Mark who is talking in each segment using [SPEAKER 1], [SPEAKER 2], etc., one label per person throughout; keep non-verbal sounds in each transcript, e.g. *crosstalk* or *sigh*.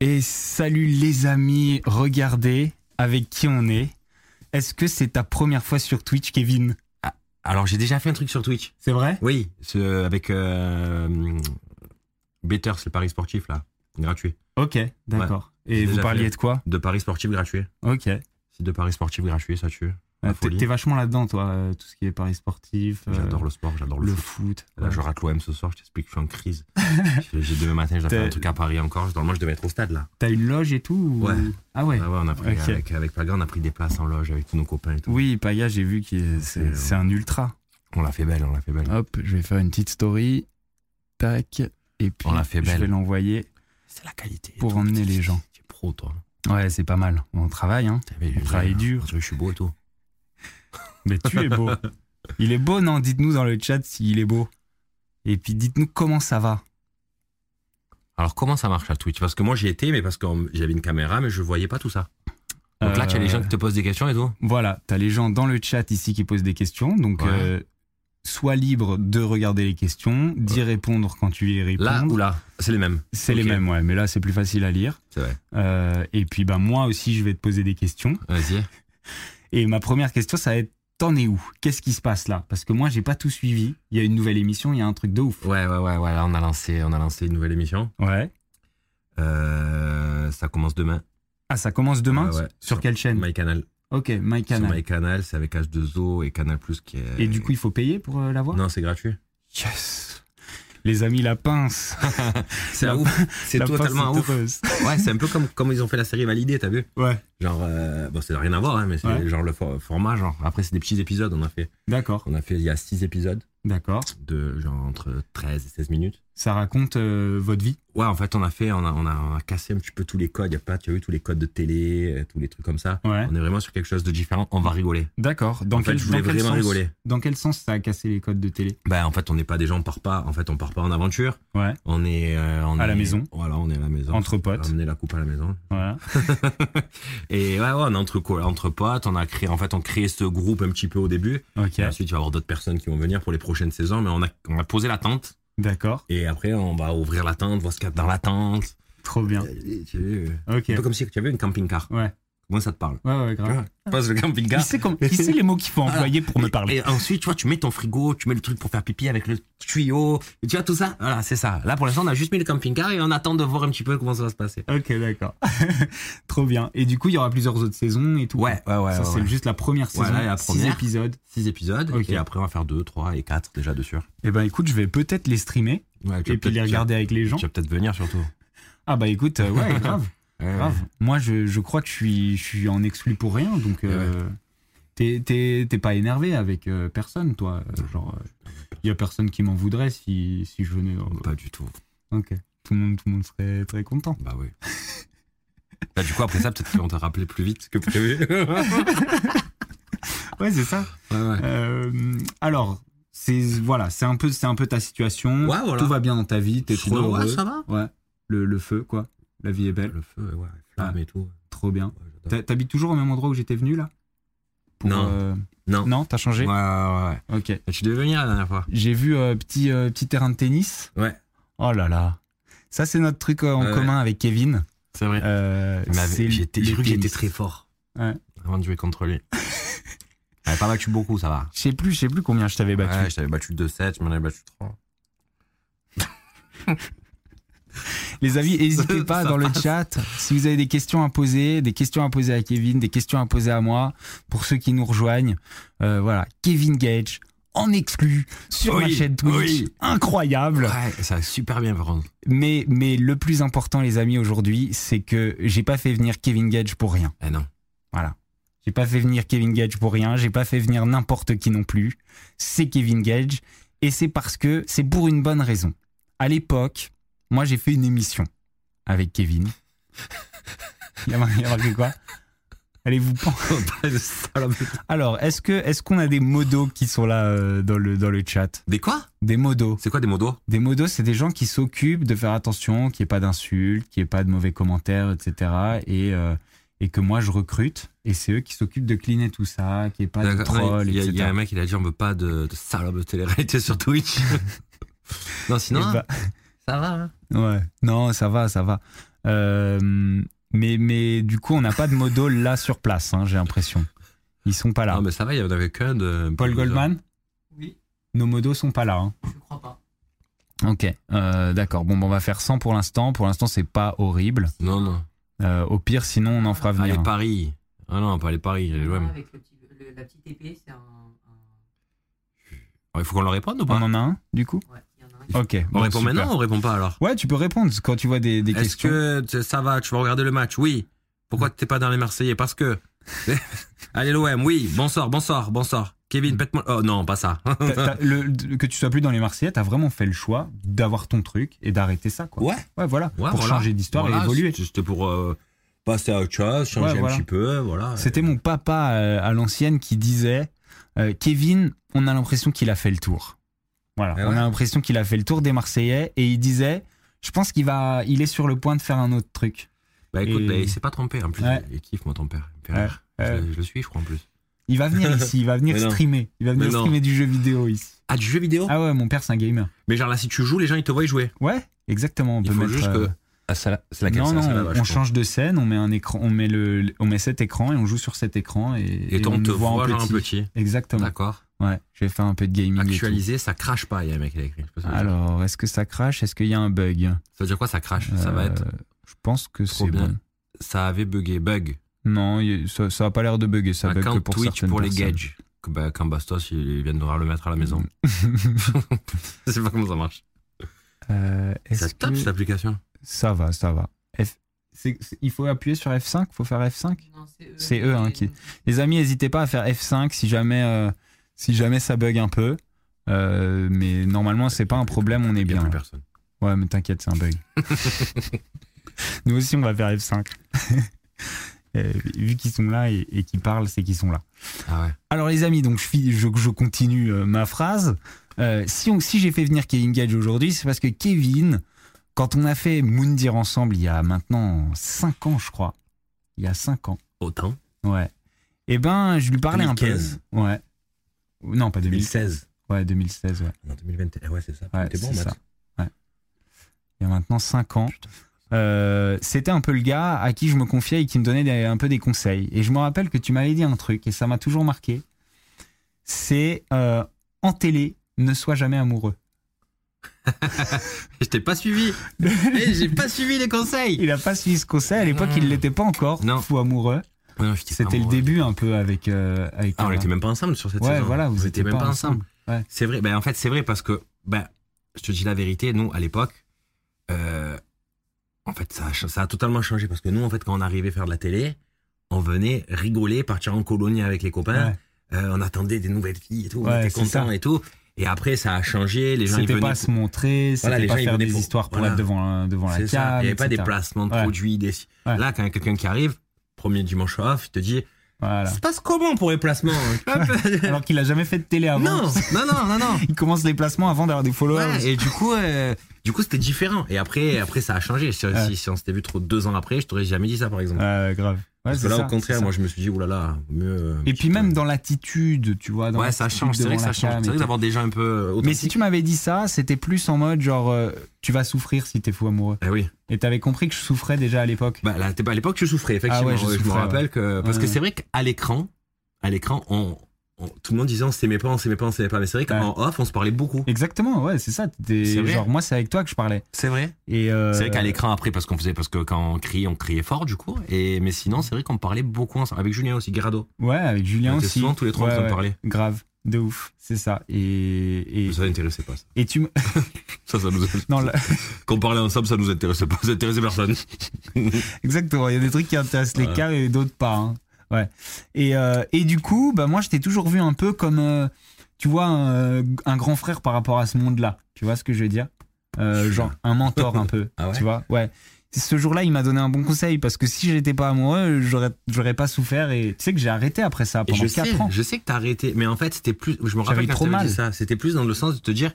[SPEAKER 1] Et salut les amis, regardez avec qui on est. Est-ce que c'est ta première fois sur Twitch, Kevin
[SPEAKER 2] Alors j'ai déjà fait un truc sur Twitch.
[SPEAKER 1] C'est vrai
[SPEAKER 2] Oui, ce- avec euh, hum, Betters, le pari sportif là, gratuit.
[SPEAKER 1] Ok, d'accord.
[SPEAKER 2] j'ai
[SPEAKER 1] Et vous
[SPEAKER 2] déjà
[SPEAKER 1] parliez
[SPEAKER 2] fait.
[SPEAKER 1] de quoi
[SPEAKER 2] De paris sportif gratuit.
[SPEAKER 1] Ok.
[SPEAKER 2] C'est de paris sportif gratuit, ça tue.
[SPEAKER 1] Euh, t'es-
[SPEAKER 2] folie.
[SPEAKER 1] T'es vachement là-dedans, toi, euh, tout ce qui est paris sportif. euh,
[SPEAKER 2] J'adore le sport, j'adore le,
[SPEAKER 1] le
[SPEAKER 2] foot.
[SPEAKER 1] foot.
[SPEAKER 2] Là,
[SPEAKER 1] ouais.
[SPEAKER 2] je rate l'OM ce soir, je t'explique, je suis en crise.
[SPEAKER 1] *laughs*
[SPEAKER 2] J'ai- j'ai demain matin, je dois
[SPEAKER 1] T'es-
[SPEAKER 2] faire un truc à Paris encore. Normalement, je devais être au stade là.
[SPEAKER 1] T'as une loge et tout ou-
[SPEAKER 2] Ouais.
[SPEAKER 1] Ah ouais.
[SPEAKER 2] Ah ouais, on a pris,
[SPEAKER 1] Ok.
[SPEAKER 2] avec, avec Paga, on a pris des places en loge avec tous nos copains et tout.
[SPEAKER 1] Oui, Paya, j'ai vu que c'est
[SPEAKER 2] C'est- euh,
[SPEAKER 1] c'est un ultra.
[SPEAKER 2] On l'a fait belle, on l'a fait belle.
[SPEAKER 1] Hop, je vais faire une petite story. Tac. Et puis,
[SPEAKER 2] On l'a fait
[SPEAKER 1] je
[SPEAKER 2] belle.
[SPEAKER 1] vais l'envoyer.
[SPEAKER 2] C'est la qualité. et
[SPEAKER 1] Pour
[SPEAKER 2] tout.
[SPEAKER 1] emmener
[SPEAKER 2] T'es-
[SPEAKER 1] les gens.
[SPEAKER 2] T'es pro toi.
[SPEAKER 1] Ouais, c'est pas mal. On travaille, hein.
[SPEAKER 2] T'as vu,
[SPEAKER 1] On travaille
[SPEAKER 2] je-
[SPEAKER 1] dur.
[SPEAKER 2] Je suis beau et tout.
[SPEAKER 1] Mais tu es beau. *laughs* Il est beau, non Dites-nous dans le chat s'il est beau. Et puis dites-nous comment ça va.
[SPEAKER 2] Alors comment ça marche à Twitch Parce que moi j'y étais, mais parce que on- j'avais une caméra, mais je voyais pas tout ça. Donc là, tu as les
[SPEAKER 1] Euh,
[SPEAKER 2] gens qui te posent des questions et tout.
[SPEAKER 1] Voilà, t'as les gens dans le chat ici qui posent des questions. Donc,
[SPEAKER 2] Ouais.
[SPEAKER 1] euh, sois libre de regarder les questions, d'y répondre quand tu y réponds.
[SPEAKER 2] Là ou là, c'est les mêmes.
[SPEAKER 1] C'est les
[SPEAKER 2] Ok.
[SPEAKER 1] mêmes, ouais. Mais là, c'est plus facile à lire.
[SPEAKER 2] C'est vrai.
[SPEAKER 1] Euh, et puis, bah, moi aussi, je vais te poser des questions.
[SPEAKER 2] Vas-y.
[SPEAKER 1] Et ma première question, ça va être T'en es où Qu'est-ce qui se passe là Parce que moi, j'ai pas tout suivi. Il y a une nouvelle émission, il y a un truc de ouf.
[SPEAKER 2] Ouais, ouais, ouais, ouais. Là, on a lancé, on a lancé une nouvelle émission.
[SPEAKER 1] Ouais.
[SPEAKER 2] Euh, ça commence demain.
[SPEAKER 1] Ah, ça commence demain
[SPEAKER 2] Ouais, ouais.
[SPEAKER 1] Sur quelle chaîne
[SPEAKER 2] MyCanal.
[SPEAKER 1] Ok, My Canal.
[SPEAKER 2] Sur MyCanal, c'est avec H2O et Canal Plus qui est.
[SPEAKER 1] Et du coup, il faut payer pour euh, la voir
[SPEAKER 2] Non, c'est gratuit.
[SPEAKER 1] Yes Les amis, la
[SPEAKER 2] *laughs*
[SPEAKER 1] pince
[SPEAKER 2] C'est
[SPEAKER 1] La-
[SPEAKER 2] un ouf.
[SPEAKER 1] *laughs*
[SPEAKER 2] C'est
[SPEAKER 1] La pince
[SPEAKER 2] totalement
[SPEAKER 1] est
[SPEAKER 2] ouf.
[SPEAKER 1] heureuse.
[SPEAKER 2] Ouais, c'est un peu comme, comme ils ont fait la série Validée, t'as vu
[SPEAKER 1] Ouais,
[SPEAKER 2] Genre, euh, bon, c'est rien à voir, hein, mais c'est
[SPEAKER 1] Ouais.
[SPEAKER 2] genre le for- format, genre. Après, c'est des petits épisodes, on a fait.
[SPEAKER 1] d'accord,
[SPEAKER 2] On a fait, il y a six épisodes
[SPEAKER 1] d'accord.
[SPEAKER 2] de genre entre 13 et 16 minutes.
[SPEAKER 1] Ça raconte euh, votre vie
[SPEAKER 2] Ouais, en fait, on a fait, on a, on a, on a cassé un petit peu tous les codes. Il y a pas, tu as vu tous les codes de télé, euh, tous les trucs comme ça.
[SPEAKER 1] Ouais.
[SPEAKER 2] On est vraiment sur quelque chose de différent. On va rigoler.
[SPEAKER 1] D'accord. Dans
[SPEAKER 2] en fait,
[SPEAKER 1] quel,
[SPEAKER 2] je voulais
[SPEAKER 1] dans quel
[SPEAKER 2] vraiment
[SPEAKER 1] sens,
[SPEAKER 2] rigoler.
[SPEAKER 1] Dans quel sens ça a cassé les codes de télé
[SPEAKER 2] Ben, en fait, on n'est pas des gens, on part pas. En fait, on part pas en aventure.
[SPEAKER 1] Ouais.
[SPEAKER 2] On est euh, on
[SPEAKER 1] À la
[SPEAKER 2] est-
[SPEAKER 1] maison.
[SPEAKER 2] Voilà, on est à la maison.
[SPEAKER 1] Entre
[SPEAKER 2] On a
[SPEAKER 1] potes.
[SPEAKER 2] amené la coupe à la maison.
[SPEAKER 1] Voilà.
[SPEAKER 2] Et ouais, ouais, on est entre, co- entre potes. On a créé, en fait, on crée ce groupe un petit peu au début.
[SPEAKER 1] Ok.
[SPEAKER 2] Et ensuite, il va y avoir d'autres personnes qui vont venir pour les prochaines saisons. Mais on a, on a posé la tente.
[SPEAKER 1] D'accord.
[SPEAKER 2] Et après, on va ouvrir la tente, voir ce qu'il y a dans la tente.
[SPEAKER 1] Trop bien.
[SPEAKER 2] Euh, tu as vu, euh,
[SPEAKER 1] Ok.
[SPEAKER 2] Un
[SPEAKER 1] Ouais,
[SPEAKER 2] peu comme si tu avais une camping-car.
[SPEAKER 1] ouais,
[SPEAKER 2] Comment ça te parle
[SPEAKER 1] ouais, grave.
[SPEAKER 2] Tu passes le
[SPEAKER 1] Il
[SPEAKER 2] camping-car.
[SPEAKER 1] sait, com- il sait les mots
[SPEAKER 2] *laughs*
[SPEAKER 1] qu'il faut employer pour me parler.
[SPEAKER 2] Et ensuite, tu vois, tu mets ton frigo, tu mets le truc pour faire pipi avec le tuyau, et tu vois tout ça. Voilà, c'est ça. Là, pour l'instant, on a juste mis le camping-car et on attend de voir un petit peu comment ça va se passer.
[SPEAKER 1] Ok, d'accord. *laughs* Trop bien. Et du coup, il y aura plusieurs autres saisons et tout.
[SPEAKER 2] Ouais, ouais, ouais.
[SPEAKER 1] ça, c'est juste la première saison.
[SPEAKER 2] Voilà, la
[SPEAKER 1] six
[SPEAKER 2] première.
[SPEAKER 1] épisodes.
[SPEAKER 2] 6 épisodes,
[SPEAKER 1] Ok.
[SPEAKER 2] et après, on va faire 2, 3 et 4 déjà de sûr.
[SPEAKER 1] Eh ben, écoute, je vais peut-être les streamer
[SPEAKER 2] Ouais, tu vas
[SPEAKER 1] et puis
[SPEAKER 2] peut-être-
[SPEAKER 1] les regarder avec les
[SPEAKER 2] Tu vas,
[SPEAKER 1] gens.
[SPEAKER 2] tu vas peut-être venir surtout.
[SPEAKER 1] Ah bah écoute, euh,
[SPEAKER 2] *laughs*
[SPEAKER 1] ouais, grave,
[SPEAKER 2] Ouais,
[SPEAKER 1] grave. Moi, je, je crois que je suis, je suis en exclu pour rien, donc euh, t'es- t'es t'es pas énervé avec euh, personne, toi. euh, genre, il y a personne qui m'en voudrait si, si je venais.
[SPEAKER 2] ouais.
[SPEAKER 1] euh,
[SPEAKER 2] Pas du tout.
[SPEAKER 1] ok. Tout le monde, tout le monde serait très content.
[SPEAKER 2] Bah oui. Bah, du coup, après ça, peut-être qu'on t'a rappelé plus vite que prévu. *laughs* ouais,
[SPEAKER 1] Ouais, c'est
[SPEAKER 2] *laughs*
[SPEAKER 1] ça.
[SPEAKER 2] ouais.
[SPEAKER 1] Euh, alors, c'est voilà, c'est un peu, c'est un peu ta situation.
[SPEAKER 2] Ouais, voilà.
[SPEAKER 1] Tout va bien dans ta vie, t'es trop
[SPEAKER 2] Sinon, ouais,
[SPEAKER 1] heureux.
[SPEAKER 2] ça va.
[SPEAKER 1] Ouais. Le, le feu, quoi. La vie est belle,
[SPEAKER 2] Le feu, ouais,
[SPEAKER 1] Ah.
[SPEAKER 2] flamme et tout.
[SPEAKER 1] trop bien.
[SPEAKER 2] Ouais, j'adore.
[SPEAKER 1] T'ha- T'habites toujours au même endroit où j'étais venu là Pour,
[SPEAKER 2] Non.
[SPEAKER 1] euh,
[SPEAKER 2] Non.
[SPEAKER 1] Non, t'as changé.
[SPEAKER 2] Ouais, ouais, ouais.
[SPEAKER 1] Ok.
[SPEAKER 2] Mais Tu devais venir la dernière fois.
[SPEAKER 1] J'ai vu euh, petit, euh, petit terrain de tennis.
[SPEAKER 2] Ouais.
[SPEAKER 1] Oh là là. Ça, c'est notre truc euh, en
[SPEAKER 2] Ouais.
[SPEAKER 1] commun avec Kevin.
[SPEAKER 2] C'est vrai.
[SPEAKER 1] Euh,
[SPEAKER 2] Il m'avait-
[SPEAKER 1] c'est
[SPEAKER 2] j'étais-
[SPEAKER 1] le
[SPEAKER 2] J'ai cru que j'étais
[SPEAKER 1] tennis.
[SPEAKER 2] très fort.
[SPEAKER 1] Ouais.
[SPEAKER 2] Avant de jouer contre
[SPEAKER 1] *laughs*
[SPEAKER 2] lui. J'avais pas battu beaucoup, ça va.
[SPEAKER 1] Je sais plus, je sais plus combien je t'avais battu.
[SPEAKER 2] Ouais, je t'avais battu 2-7, je m'en avais battu 3.
[SPEAKER 1] Les amis, n'hésitez
[SPEAKER 2] Ça
[SPEAKER 1] pas dans le
[SPEAKER 2] passe.
[SPEAKER 1] chat. Si vous avez des questions à poser, des questions à poser à Kevin, des questions à poser à moi, pour ceux qui nous rejoignent, euh, voilà, Kevin Gage en exclu sur ma
[SPEAKER 2] Oui,
[SPEAKER 1] chaîne Twitch.
[SPEAKER 2] oui.
[SPEAKER 1] Incroyable.
[SPEAKER 2] Ouais, ça a super bien, par contre.
[SPEAKER 1] Mais, mais le plus important, les amis, aujourd'hui, c'est que j'ai pas fait venir Kevin Gage pour rien. *laughs*
[SPEAKER 2] Eh non.
[SPEAKER 1] Voilà. J'ai pas fait venir Kevin Gage pour rien, j'ai pas fait venir n'importe qui non plus. C'est Kevin Gage et c'est parce que c'est pour une bonne raison. À l'époque, moi j'ai fait une émission avec Kevin Il y a mar- il y a marqué quoi Allez-vous pen- Alors, est-ce que est-ce qu'on a des modos qui sont là euh, dans le dans le chat
[SPEAKER 2] Des quoi
[SPEAKER 1] Des modos.
[SPEAKER 2] C'est quoi des modos
[SPEAKER 1] Des modos, c'est des gens qui s'occupent de faire attention, qu'il n'y ait pas d'insultes, qu'il n'y ait pas de mauvais commentaires, etc. Et euh, et que moi je recrute et c'est eux qui s'occupent de cleaner tout ça, qu'il n'y ait pas de
[SPEAKER 2] D'accord, non,
[SPEAKER 1] trolls,
[SPEAKER 2] Il y, a-
[SPEAKER 1] etc.
[SPEAKER 2] il y a un mec, il a dit on veut pas de, de salopes de télé-réalité
[SPEAKER 1] *laughs*
[SPEAKER 2] sur Twitch. non, sinon,
[SPEAKER 1] Et
[SPEAKER 2] hein,
[SPEAKER 1] bah-
[SPEAKER 2] ça va. hein.
[SPEAKER 1] Ouais. Non, ça va, ça va. Euh, mais, mais du coup, on n'a pas de modo là sur place, hein, j'ai l'impression. Ils sont pas là.
[SPEAKER 2] Non, mais ça va, il y en avait qu'un de.
[SPEAKER 1] Paul Goldman,
[SPEAKER 3] Oui,
[SPEAKER 1] nos modos sont pas là. hein.
[SPEAKER 3] je crois pas.
[SPEAKER 1] Ok, euh, d'accord. Bon, bon, on va faire 100 pour l'instant. Pour l'instant, c'est pas horrible.
[SPEAKER 2] Non, non.
[SPEAKER 1] Euh, au pire, sinon, on en fera
[SPEAKER 2] Ah,
[SPEAKER 1] venir.
[SPEAKER 2] les Paris. Ah non, pas les Paris, les
[SPEAKER 3] Ah,
[SPEAKER 2] OM.
[SPEAKER 3] Avec le petit- le- la petite épée, c'est un. un-
[SPEAKER 2] Oh, Il faut qu'on leur réponde ou
[SPEAKER 1] On
[SPEAKER 2] pas
[SPEAKER 1] en a un, du coup
[SPEAKER 3] Ouais, il y en a un.
[SPEAKER 1] Ok.
[SPEAKER 2] On
[SPEAKER 1] bon,
[SPEAKER 2] répond
[SPEAKER 1] super.
[SPEAKER 2] maintenant ou on répond pas alors
[SPEAKER 1] Ouais, tu peux répondre quand tu vois des, des
[SPEAKER 2] Est-ce
[SPEAKER 1] questions. Mm.
[SPEAKER 2] que t- ça va Tu vas regarder le match Oui. Pourquoi t'es pas dans les Marseillais
[SPEAKER 1] *laughs*
[SPEAKER 2] Parce que. Allez, l'OM, oui. Bonsoir, bonsoir, bonsoir.
[SPEAKER 1] Mm.
[SPEAKER 2] Kevin, pète-moi. Oh non, pas ça.
[SPEAKER 1] T'as- t'as- le- que tu sois plus dans les Marseillais, t'as vraiment fait le choix d'avoir ton truc et d'arrêter ça, quoi.
[SPEAKER 2] Ouais.
[SPEAKER 1] Ouais, voilà.
[SPEAKER 2] *laughs* Ouais,
[SPEAKER 1] pour
[SPEAKER 2] voilà.
[SPEAKER 1] changer d'histoire
[SPEAKER 2] Voilà,
[SPEAKER 1] et évoluer.
[SPEAKER 2] c- C'était pour euh, passer à autre chose, changer
[SPEAKER 1] Ouais,
[SPEAKER 2] un
[SPEAKER 1] voilà.
[SPEAKER 2] petit peu, voilà.
[SPEAKER 1] C'était mon papa euh, à l'ancienne qui disait euh, Kevin, on a l'impression qu'il a fait le tour. Voilà,
[SPEAKER 2] Eh
[SPEAKER 1] on
[SPEAKER 2] ouais.
[SPEAKER 1] a l'impression qu'il a fait le tour des Marseillais et il disait Je pense qu'il va, il est sur le point de faire un autre truc.
[SPEAKER 2] Bah écoute,
[SPEAKER 1] Et-
[SPEAKER 2] bah, il s'est pas trompé en plus.
[SPEAKER 1] Ouais.
[SPEAKER 2] Il kiffe, moi, ton père. Il me fait
[SPEAKER 1] Ouais.
[SPEAKER 2] rire.
[SPEAKER 1] Ouais.
[SPEAKER 2] Je, je le suis, je crois, en plus.
[SPEAKER 1] Euh, Il va venir ici, il va venir
[SPEAKER 2] *laughs* Mais non.
[SPEAKER 1] streamer, il va venir
[SPEAKER 2] Mais non.
[SPEAKER 1] streamer du jeu vidéo ici.
[SPEAKER 2] Ah, du jeu vidéo
[SPEAKER 1] Ah ouais, mon père c'est un gamer.
[SPEAKER 2] Mais genre là, si tu joues, les gens, ils te voient y jouer.
[SPEAKER 1] Ouais, exactement. On
[SPEAKER 2] Il
[SPEAKER 1] peut
[SPEAKER 2] faut
[SPEAKER 1] mettre.
[SPEAKER 2] juste
[SPEAKER 1] euh,
[SPEAKER 2] que. Ah, c'est la- c'est laquelle
[SPEAKER 1] Non,
[SPEAKER 2] ça,
[SPEAKER 1] non,
[SPEAKER 2] celle-là,
[SPEAKER 1] on-
[SPEAKER 2] bah, je
[SPEAKER 1] on
[SPEAKER 2] pense.
[SPEAKER 1] change de scène, on met un écran, on met le, on met cet écran et on joue sur cet écran et,
[SPEAKER 2] Et toi,
[SPEAKER 1] on
[SPEAKER 2] on te
[SPEAKER 1] nous voit en
[SPEAKER 2] voit genre en
[SPEAKER 1] petit.
[SPEAKER 2] petit.
[SPEAKER 1] Exactement.
[SPEAKER 2] D'accord.
[SPEAKER 1] Ouais, je vais faire un peu de gaming. et tout.
[SPEAKER 2] Actualisé, ça crache pas, il y a un mec qui l'a écrit. Je sais pas ce que ça veut dire.
[SPEAKER 1] Alors, est-ce que ça crache Est-ce qu'il y a un bug
[SPEAKER 2] Ça veut dire quoi, ça crache Ça va
[SPEAKER 1] Euh,
[SPEAKER 2] être.
[SPEAKER 1] Je pense que
[SPEAKER 2] Trop
[SPEAKER 1] c'est
[SPEAKER 2] bien.
[SPEAKER 1] bon.
[SPEAKER 2] Ça avait bugué, bug.
[SPEAKER 1] Non, y- ça, ça a pas l'air de bugger, ça bug que
[SPEAKER 2] Account
[SPEAKER 1] pour
[SPEAKER 2] Twitch
[SPEAKER 1] certaines
[SPEAKER 2] pour les
[SPEAKER 1] personnes. Mm.
[SPEAKER 2] gages. Que, bah, quand Bastos, il vient de devoir le mettre à la maison. *laughs* Je sais pas comment ça marche.
[SPEAKER 1] *laughs* Euh, est-ce
[SPEAKER 2] C'est top
[SPEAKER 1] que-
[SPEAKER 2] cette application.
[SPEAKER 1] Ça va, ça va. F- c'est- c'est- Il faut appuyer sur F5, faut faire F5.
[SPEAKER 3] Non, c'est eux.
[SPEAKER 1] C'est eux, hein, qui- Les amis, n'hésitez pas à faire F5 si jamais, euh, si jamais ça bug un peu. Euh, mais normalement, c'est pas un problème, on est
[SPEAKER 2] Il y a
[SPEAKER 1] bien.
[SPEAKER 2] plus personne.
[SPEAKER 1] Ouais, mais t'inquiète, c'est un bug. Nous aussi, on va faire F5. *laughs* Euh, Vu qu'ils sont là et- et qu'ils parlent, c'est qu'ils sont là.
[SPEAKER 2] Ah ouais.
[SPEAKER 1] Alors les amis, donc je, fi- je, je continue euh, ma phrase. Euh, si on- si j'ai fait venir Kevin Gage aujourd'hui, c'est parce que Kevin, quand on a fait Moundir ensemble il y a maintenant 5 ans, je crois. Il y a 5 ans.
[SPEAKER 2] Autant.
[SPEAKER 1] Ouais. Eh ben, je lui parlais un
[SPEAKER 2] 2015.
[SPEAKER 1] peu. Ouais. Non, pas 2016.
[SPEAKER 2] 2016.
[SPEAKER 1] Ouais, 2016, ouais.
[SPEAKER 2] Non, 2021. Ah Ouais, c'est ça.
[SPEAKER 1] Ouais,
[SPEAKER 2] T'es bon,
[SPEAKER 1] c'est
[SPEAKER 2] Max
[SPEAKER 1] ça. Ouais. Il y a maintenant 5 ans. Euh, c'était un peu le gars à qui je me confiais et qui me donnait des- un peu des conseils. Et je me rappelle que tu m'avais dit un truc et ça m'a toujours marqué. C'est euh, en télé, ne sois jamais amoureux.
[SPEAKER 2] *laughs* Je t'ai pas suivi. *laughs* Eh, J'ai pas suivi les conseils.
[SPEAKER 1] *laughs* Il a pas suivi ce conseil. À l'époque, il l'était pas encore.
[SPEAKER 2] Non.
[SPEAKER 1] Fou amoureux.
[SPEAKER 2] Ouais, non, je t'ai pas,
[SPEAKER 1] C'était le
[SPEAKER 2] moi.
[SPEAKER 1] début un peu avec. euh, avec
[SPEAKER 2] Ah, on
[SPEAKER 1] euh,
[SPEAKER 2] était même pas ensemble sur cette
[SPEAKER 1] ouais,
[SPEAKER 2] saison.
[SPEAKER 1] voilà, vous
[SPEAKER 2] On
[SPEAKER 1] étiez
[SPEAKER 2] était même pas ensemble.
[SPEAKER 1] Ouais.
[SPEAKER 2] C'est vrai. Ben, en fait, c'est vrai parce que, ben, je te dis la vérité, nous, à l'époque, euh, en fait, ça a, ch- ça a totalement changé parce que nous, en fait, quand on arrivait faire de la télé, on venait rigoler, partir en colonie avec les copains.
[SPEAKER 1] Ouais.
[SPEAKER 2] Euh, on attendait des nouvelles filles et tout.
[SPEAKER 1] Ouais,
[SPEAKER 2] on était
[SPEAKER 1] c'est
[SPEAKER 2] contents
[SPEAKER 1] ça.
[SPEAKER 2] et tout. Et après, ça a changé. Les gens, ils
[SPEAKER 1] C'était
[SPEAKER 2] venaient.
[SPEAKER 1] pas
[SPEAKER 2] pour-
[SPEAKER 1] se montrer, c'était
[SPEAKER 2] Voilà, les
[SPEAKER 1] pas
[SPEAKER 2] gens, ils
[SPEAKER 1] faire
[SPEAKER 2] venaient
[SPEAKER 1] des
[SPEAKER 2] pour-
[SPEAKER 1] histoires pour
[SPEAKER 2] voilà.
[SPEAKER 1] être devant, euh, devant la
[SPEAKER 2] C'est ça.
[SPEAKER 1] cam.
[SPEAKER 2] Il n'y avait pas des
[SPEAKER 1] etc.
[SPEAKER 2] placements de
[SPEAKER 1] Ouais.
[SPEAKER 2] produits. Des...
[SPEAKER 1] Ouais.
[SPEAKER 2] Là, quand il y a quelqu'un qui arrive, premier dimanche off, il te dit
[SPEAKER 1] Voilà.
[SPEAKER 2] *laughs* Ça se passe comment pour
[SPEAKER 1] *laughs*
[SPEAKER 2] les placements *laughs*
[SPEAKER 1] Alors qu'il a jamais fait de télé avant.
[SPEAKER 2] Non, non, non, non, non.
[SPEAKER 1] Il commence les placements avant d'avoir des followers.
[SPEAKER 2] Ouais, et du coup, euh, du coup, c'était différent. Et après, après, ça a changé. Si,
[SPEAKER 1] Ouais.
[SPEAKER 2] si- si on s'était vu trop deux ans après, je t'aurais jamais dit ça, par exemple.
[SPEAKER 1] Ouais, grave. Ouais,
[SPEAKER 2] Parce que
[SPEAKER 1] c'est
[SPEAKER 2] là,
[SPEAKER 1] ça,
[SPEAKER 2] au contraire,
[SPEAKER 1] c'est ça.
[SPEAKER 2] moi, je me suis dit, oulala, mieux. euh,
[SPEAKER 1] Et puis
[SPEAKER 2] putain.
[SPEAKER 1] même dans l'attitude, tu vois. Dans
[SPEAKER 2] ouais, ça
[SPEAKER 1] l'attitude
[SPEAKER 2] change. C'est vrai que
[SPEAKER 1] devant
[SPEAKER 2] ça
[SPEAKER 1] la
[SPEAKER 2] change.
[SPEAKER 1] cam
[SPEAKER 2] C'est
[SPEAKER 1] et
[SPEAKER 2] vrai
[SPEAKER 1] tout.
[SPEAKER 2] d'avoir des gens un peu euh,
[SPEAKER 1] Mais si
[SPEAKER 2] authentiques.
[SPEAKER 1] tu m'avais dit ça, c'était plus en mode genre, euh, tu vas souffrir si t'es fou amoureux.
[SPEAKER 2] Eh oui.
[SPEAKER 1] Et t'avais compris que je souffrais déjà à l'époque.
[SPEAKER 2] Bah, là, t'es pas- à l'époque, tu souffrais, effectivement.
[SPEAKER 1] Ah ouais, je
[SPEAKER 2] je me
[SPEAKER 1] souffrais,
[SPEAKER 2] rappelle que. Parce
[SPEAKER 1] Ouais,
[SPEAKER 2] que
[SPEAKER 1] ouais.
[SPEAKER 2] c'est vrai qu'à l'écran, à l'écran, on, on- tout le monde disait on s'aimait pas, on s'aimait pas, on s'aimait pas. Mais c'est vrai qu'en off, on se parlait beaucoup.
[SPEAKER 1] Exactement, ouais, c'est ça. t'étais-
[SPEAKER 2] C'est vrai.
[SPEAKER 1] Genre, moi, c'est avec toi que je parlais.
[SPEAKER 2] C'est vrai.
[SPEAKER 1] Et euh,
[SPEAKER 2] C'est vrai qu'à l'écran après parce qu'on faisait parce que quand on criait on criait fort du coup et mais sinon c'est vrai qu'on parlait beaucoup ensemble avec Julien aussi Guerrado.
[SPEAKER 1] Ouais, avec Julien
[SPEAKER 2] On était
[SPEAKER 1] aussi.
[SPEAKER 2] souvent tous les trois en
[SPEAKER 1] Ouais,
[SPEAKER 2] train de
[SPEAKER 1] ouais,
[SPEAKER 2] parler.
[SPEAKER 1] Grave, de ouf, c'est ça. Et, et,
[SPEAKER 2] Ça n'intéressait pas ça.
[SPEAKER 1] et tu
[SPEAKER 2] *laughs*
[SPEAKER 1] me.
[SPEAKER 2] Ça, ça nous
[SPEAKER 1] Non, là-
[SPEAKER 2] Qu'on parlait ensemble, ça nous intéressait pas. Ça intéressait personne.
[SPEAKER 1] Exactement, il y a des trucs qui intéressent les
[SPEAKER 2] Ouais.
[SPEAKER 1] cas et d'autres pas. hein. Ouais. Et, euh, et du coup, bah, moi, je t'ai toujours vu un peu comme, euh, tu vois, un, un grand frère par rapport à ce monde-là. Tu vois ce que je veux dire Euh, Genre, Euh, un mentor un peu.
[SPEAKER 2] Ah *laughs* ouais
[SPEAKER 1] tu vois Ouais. ce jour-là, il m'a donné un bon conseil parce que si j'étais pas amoureux, j'aurais, j'aurais pas souffert. Et tu sais que j'ai arrêté après ça
[SPEAKER 2] Et
[SPEAKER 1] pendant
[SPEAKER 2] je
[SPEAKER 1] 4
[SPEAKER 2] sais,
[SPEAKER 1] ans.
[SPEAKER 2] Je sais que t'as arrêté, mais en fait, c'était plus. Je me
[SPEAKER 1] J'avais
[SPEAKER 2] rappelle quand
[SPEAKER 1] trop
[SPEAKER 2] t'avais
[SPEAKER 1] mal.
[SPEAKER 2] dit ça. C'était plus dans le sens de te dire.